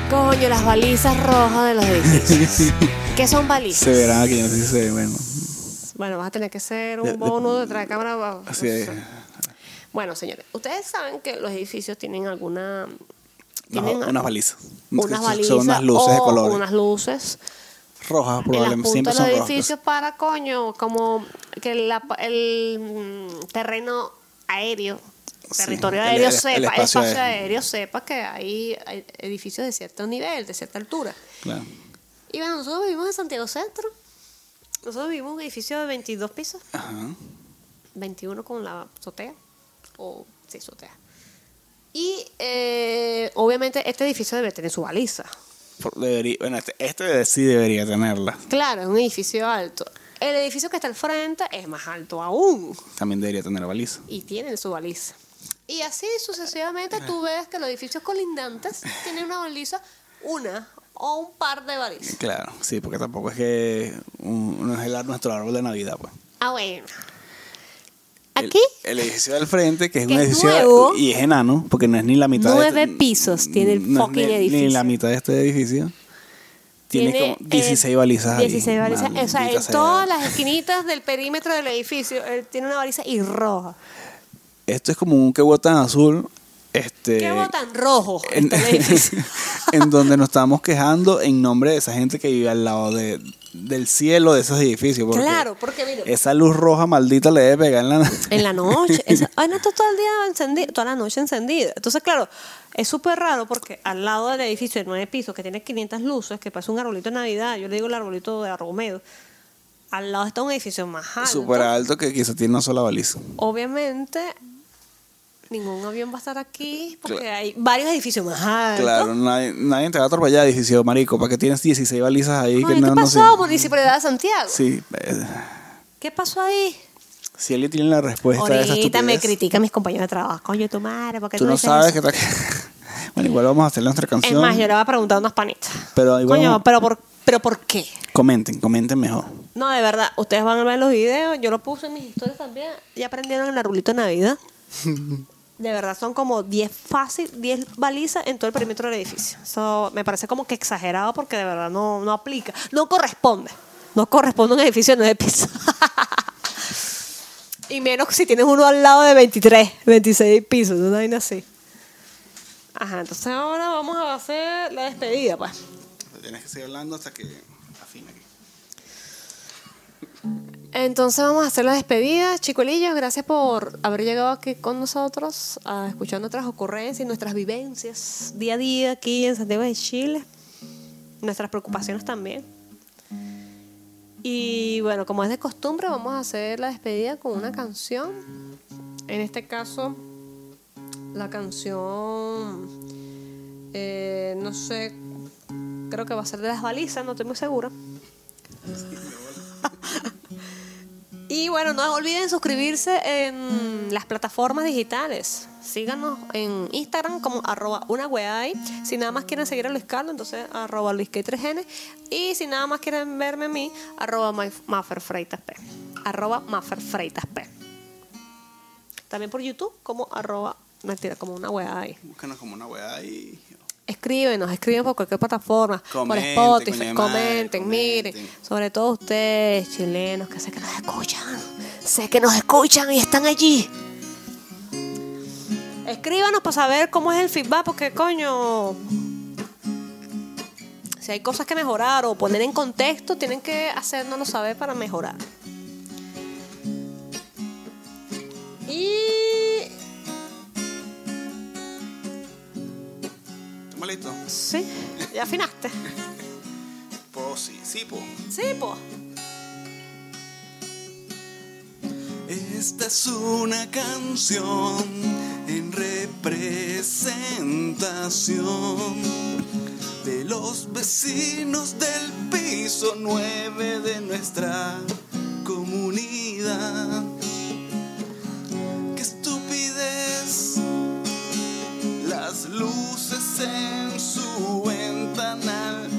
[SPEAKER 1] Coño, las balizas rojas de los edificios. ¿Qué son balizas?
[SPEAKER 2] Se verán aquí, no sé si se ve, bueno.
[SPEAKER 1] Bueno, vas a tener que ser un
[SPEAKER 2] De- de-
[SPEAKER 1] bono detrás de cámara. va- no
[SPEAKER 2] Así es.
[SPEAKER 1] sé. Bueno, señores, ustedes saben que los edificios tienen alguna. Tienen
[SPEAKER 2] unas balizas.
[SPEAKER 1] unas balizas
[SPEAKER 2] Son unas luces de
[SPEAKER 1] o
[SPEAKER 2] colores.
[SPEAKER 1] Unas luces
[SPEAKER 2] Rojas,
[SPEAKER 1] en las
[SPEAKER 2] probablemente.
[SPEAKER 1] puntas
[SPEAKER 2] Siempre
[SPEAKER 1] de
[SPEAKER 2] son
[SPEAKER 1] los
[SPEAKER 2] rojas.
[SPEAKER 1] edificios para coño, como que la- el mm, terreno aéreo,
[SPEAKER 2] Sí,
[SPEAKER 1] territorio
[SPEAKER 2] el-
[SPEAKER 1] aéreo
[SPEAKER 2] el- el
[SPEAKER 1] sepa, el espacio,
[SPEAKER 2] espacio
[SPEAKER 1] aéreo.
[SPEAKER 2] aéreo.
[SPEAKER 1] sepa que hay, hay edificios de cierto nivel, de cierta altura.
[SPEAKER 2] Claro.
[SPEAKER 1] Y bueno, nosotros vivimos en Santiago Centro. Nosotros vivimos en un edificio de 22 pisos.
[SPEAKER 2] Ajá.
[SPEAKER 1] 21 con la azotea. O sí, azotea. Y eh, obviamente este edificio debe tener su baliza.
[SPEAKER 2] Por- debería- bueno, este, este de- sí debería tenerla.
[SPEAKER 1] Claro, es un edificio alto. El edificio que está al frente es más alto aún
[SPEAKER 2] También debería tener baliza.
[SPEAKER 1] y tienen su baliza. Y así sucesivamente tú ves que los edificios colindantes tienen una baliza, una o un par de balizas.
[SPEAKER 2] Claro, sí, porque tampoco es que un- no es el ar- nuestro árbol de Navidad, pues.
[SPEAKER 1] Ah, bueno.
[SPEAKER 2] El-
[SPEAKER 1] Aquí
[SPEAKER 2] El, edificio del frente, que es
[SPEAKER 1] Que
[SPEAKER 2] un
[SPEAKER 1] es
[SPEAKER 2] edificio
[SPEAKER 1] nuevo.
[SPEAKER 2] y es enano, porque no es ni la mitad de este,
[SPEAKER 1] Nueve pisos tiene el
[SPEAKER 2] no es
[SPEAKER 1] fucking
[SPEAKER 2] ni, Ni
[SPEAKER 1] edificio.
[SPEAKER 2] la mitad de este edificio. Tiene, como 16 balizas. ahí.
[SPEAKER 1] 16 balizas. O sea,
[SPEAKER 2] Maldita
[SPEAKER 1] en
[SPEAKER 2] sea.
[SPEAKER 1] todas las esquinitas del perímetro del edificio él tiene una baliza y roja.
[SPEAKER 2] Esto es como un que botan azul. Este,
[SPEAKER 1] ¿Qué hago tan rojo?
[SPEAKER 2] en,
[SPEAKER 1] está el edificio?
[SPEAKER 2] en donde nos estábamos quejando en nombre de esa gente que vive al lado de, del cielo de esos edificios. porque
[SPEAKER 1] Claro, porque mira.
[SPEAKER 2] Esa luz roja maldita le debe pegar en la.
[SPEAKER 1] En la noche. esa- ay, no, está todo el día encendido, toda la noche encendida. Entonces, claro, es súper raro porque al lado del edificio de nueve pisos que tiene 500 luces, que parece un arbolito de Navidad, yo le digo el arbolito de Argomedo, al lado está un edificio más alto.
[SPEAKER 2] Súper alto que quizá tiene una sola baliza.
[SPEAKER 1] Obviamente, ningún avión va a estar aquí porque
[SPEAKER 2] Claro.
[SPEAKER 1] hay varios edificios más altos.
[SPEAKER 2] Claro, nadie, nadie te va a atropellar, edificio marico, para que tienes 16 balizas ahí
[SPEAKER 1] Oye,
[SPEAKER 2] que no,
[SPEAKER 1] ¿Qué
[SPEAKER 2] no
[SPEAKER 1] pasó,
[SPEAKER 2] sé.
[SPEAKER 1] Municipalidad de Santiago?
[SPEAKER 2] Sí, eh,
[SPEAKER 1] ¿Qué pasó ahí?
[SPEAKER 2] si él tiene la respuesta a Pues esa
[SPEAKER 1] Ahorita me
[SPEAKER 2] estupidez,
[SPEAKER 1] critican mis compañeros de trabajo. Coño, tu madre, ¿por qué
[SPEAKER 2] Tú no
[SPEAKER 1] dices
[SPEAKER 2] sabes
[SPEAKER 1] eso?
[SPEAKER 2] que está. bueno, igual vamos a hacer nuestra
[SPEAKER 1] Es
[SPEAKER 2] canción.
[SPEAKER 1] más, yo le voy a preguntar unas panitas.
[SPEAKER 2] Pero ahí
[SPEAKER 1] Coño,
[SPEAKER 2] vamos.
[SPEAKER 1] pero por, pero ¿por qué?
[SPEAKER 2] Comenten, comenten mejor.
[SPEAKER 1] No, de verdad, ustedes van a ver los videos, yo lo puse en mis historias también, ya aprendieron el arbolito de Navidad. De verdad, son como 10 fácil, 10 balizas en todo el perímetro del edificio. Eso me parece como que exagerado porque de verdad no, no aplica, no corresponde. No corresponde a un edificio de 9 pisos. Y menos si tienes uno al lado de 23, 26 pisos, una vaina así. Ajá, entonces ahora vamos a hacer la despedida, pues.
[SPEAKER 2] Tienes que seguir hablando hasta que afina aquí.
[SPEAKER 1] Entonces vamos a hacer la despedida. Chicuelillos, gracias por haber llegado aquí con nosotros, a escuchar nuestras ocurrencias y nuestras vivencias día a día aquí en Santiago de Chile. Nuestras preocupaciones también. Y bueno, como es de costumbre, vamos a hacer la despedida con una canción. En este caso, la canción, eh, no sé, creo que va a ser de las balizas, no estoy muy segura. Y bueno, no olviden suscribirse en las plataformas digitales. Síganos en Instagram como arroba una wea ahí. Si nada más quieren seguir a Luis Carlos, entonces arroba LuisK3N. Y si nada más quieren verme a mí, arroba MaferFreitasP. Arroba MaferFreitasP. También por YouTube como arroba, mentira, como una wea ahí.
[SPEAKER 2] Búscanos como una weá y.
[SPEAKER 1] Escríbenos, escriben por cualquier plataforma,
[SPEAKER 2] Comenten,
[SPEAKER 1] por
[SPEAKER 2] coño de
[SPEAKER 1] Spotify,
[SPEAKER 2] madre,
[SPEAKER 1] comenten, miren,
[SPEAKER 2] comenten.
[SPEAKER 1] sobre todo ustedes, chilenos, que sé que nos escuchan, sé que nos escuchan y están allí. Escríbanos para saber cómo es el feedback, porque coño, si hay cosas que mejorar o poner en contexto, tienen que hacernoslo saber para mejorar. Y
[SPEAKER 2] ¿Estamos listos?
[SPEAKER 1] sí, ya afinaste.
[SPEAKER 2] Po, Pues sí, sí, po.
[SPEAKER 1] Sí, pues.
[SPEAKER 2] Esta es una canción en representación de los vecinos del piso 9 de nuestra comunidad. Qué estupidez las luces en su ventanal.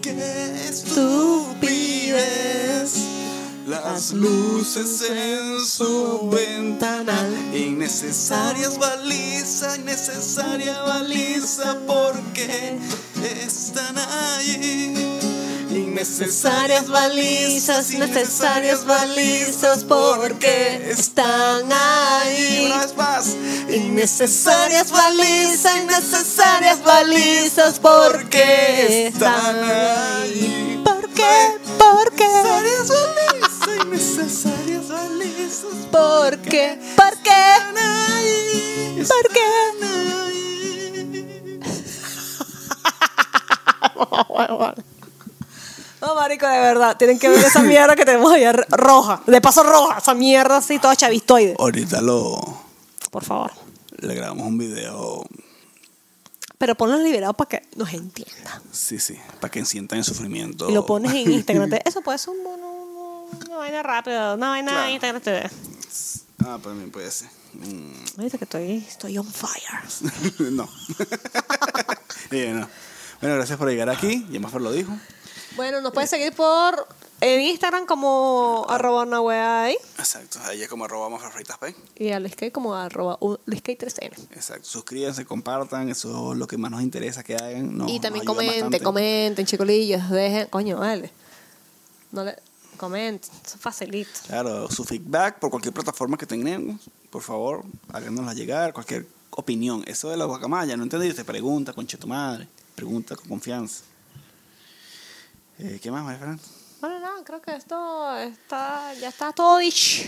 [SPEAKER 2] Qué estupidez las luces en su ventanal. Innecesarias baliza, innecesaria baliza, porque están allí. Innecesarias balizas, innecesarias balizas, porque están ahí. Una vez más. Innecesarias balizas, innecesarias balizas, porque están ahí.
[SPEAKER 1] ¿Por qué? ¿Por qué?
[SPEAKER 2] Innecesarias balizas, innecesarias balizas,
[SPEAKER 1] ¿Por qué? ¿Por qué?
[SPEAKER 2] están ahí.
[SPEAKER 1] ¿Por qué? No, Oh, marico, de verdad. Tienen que ver esa mierda que tenemos allá r- roja. De paso roja. Esa mierda así, toda chavistoide.
[SPEAKER 2] Ahorita lo
[SPEAKER 1] Por favor.
[SPEAKER 2] le grabamos un video,
[SPEAKER 1] Pero ponlo liberado para que nos entienda.
[SPEAKER 2] sí, sí, para que sientan el sufrimiento.
[SPEAKER 1] Y lo pones en Instagram. Te- Eso puede ser un, un- una vaina rápida. Una vaina
[SPEAKER 2] Claro.
[SPEAKER 1] en Instagram TV.
[SPEAKER 2] Ah, para mí puede ser. Mm,
[SPEAKER 1] Ahorita que estoy, estoy on fire.
[SPEAKER 2] no. Eh, no. Bueno, gracias por llegar aquí. Ya más lo dijo.
[SPEAKER 1] Bueno, nos
[SPEAKER 2] Eh.
[SPEAKER 1] pueden seguir por en Instagram como
[SPEAKER 2] Ah.
[SPEAKER 1] arroba una wea ahí.
[SPEAKER 2] Exacto. Ahí es como arrobamos a Fritas Pay.
[SPEAKER 1] Y a Luis Kay como arroba u- Luis Kay 3N.
[SPEAKER 2] Exacto. Suscríbanse, compartan. Eso es lo que más nos interesa que hagan. Nos-
[SPEAKER 1] y también
[SPEAKER 2] nos ayuda
[SPEAKER 1] comenten,
[SPEAKER 2] bastante.
[SPEAKER 1] comenten, chicolillos, dejen, coño, vale. No le comenten, eso es facilito.
[SPEAKER 2] Claro, su feedback por cualquier plataforma que tengamos, por favor, háganosla llegar, cualquier opinión. Eso de la guacamaya, no entendiste, pregunta, conche tu madre, pregunta con confianza. Eh, ¿Qué más, María Fernanda?
[SPEAKER 1] Bueno, nada, creo que esto está, ya está todo dicho.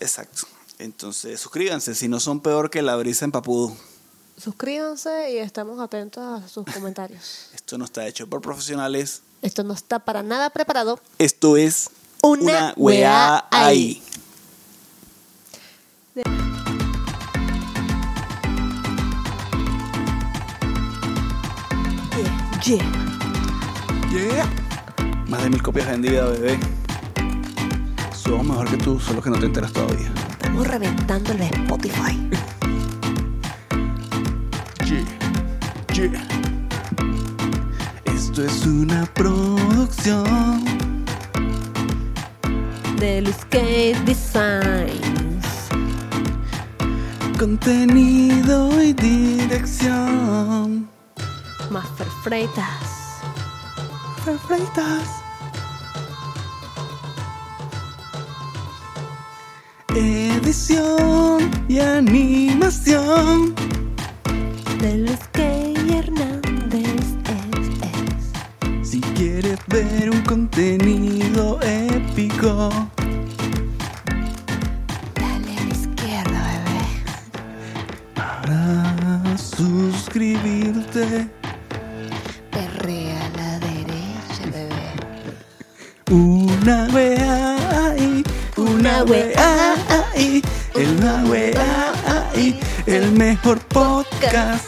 [SPEAKER 2] Exacto. Entonces, suscríbanse, si no son peor que la brisa en Papudo.
[SPEAKER 1] Suscríbanse y estamos atentos a sus comentarios.
[SPEAKER 2] Esto no está hecho por profesionales,
[SPEAKER 1] Esto no está para nada preparado.
[SPEAKER 2] esto es
[SPEAKER 1] Una
[SPEAKER 2] una
[SPEAKER 1] weá
[SPEAKER 2] weá
[SPEAKER 1] ahí.
[SPEAKER 2] ahí.
[SPEAKER 1] Yeah,
[SPEAKER 2] Yeah. Más de mil copias vendidas, bebé. Somos mejor que tú, solo que no te enteras todavía.
[SPEAKER 1] Estamos reventando el Spotify.
[SPEAKER 2] Yeah, yeah. Esto es una producción.
[SPEAKER 1] De Luis Kay Designs.
[SPEAKER 2] Contenido y dirección.
[SPEAKER 1] Más perfreitas.
[SPEAKER 2] Perfectas. Edición y animación.
[SPEAKER 1] De los que Hernández es,
[SPEAKER 2] Si quieres ver un contenido épico,
[SPEAKER 1] Dale a la izquierda, bebé.
[SPEAKER 2] para suscribirte,
[SPEAKER 1] Perrea a la derecha, bebé.
[SPEAKER 2] una wea ahí, una wea ahí, el una wea ahí, el mejor podcast.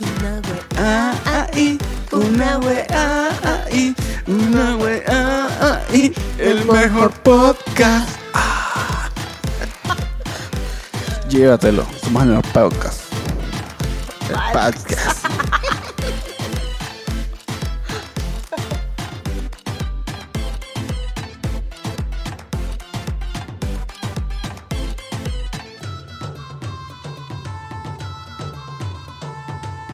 [SPEAKER 1] Una wea.
[SPEAKER 2] Ah, ah, y, una wea, ah, y, una wea, ah, y, el mejor podcast. Ah. Llévatelo, somos el mejor podcast. El podcast.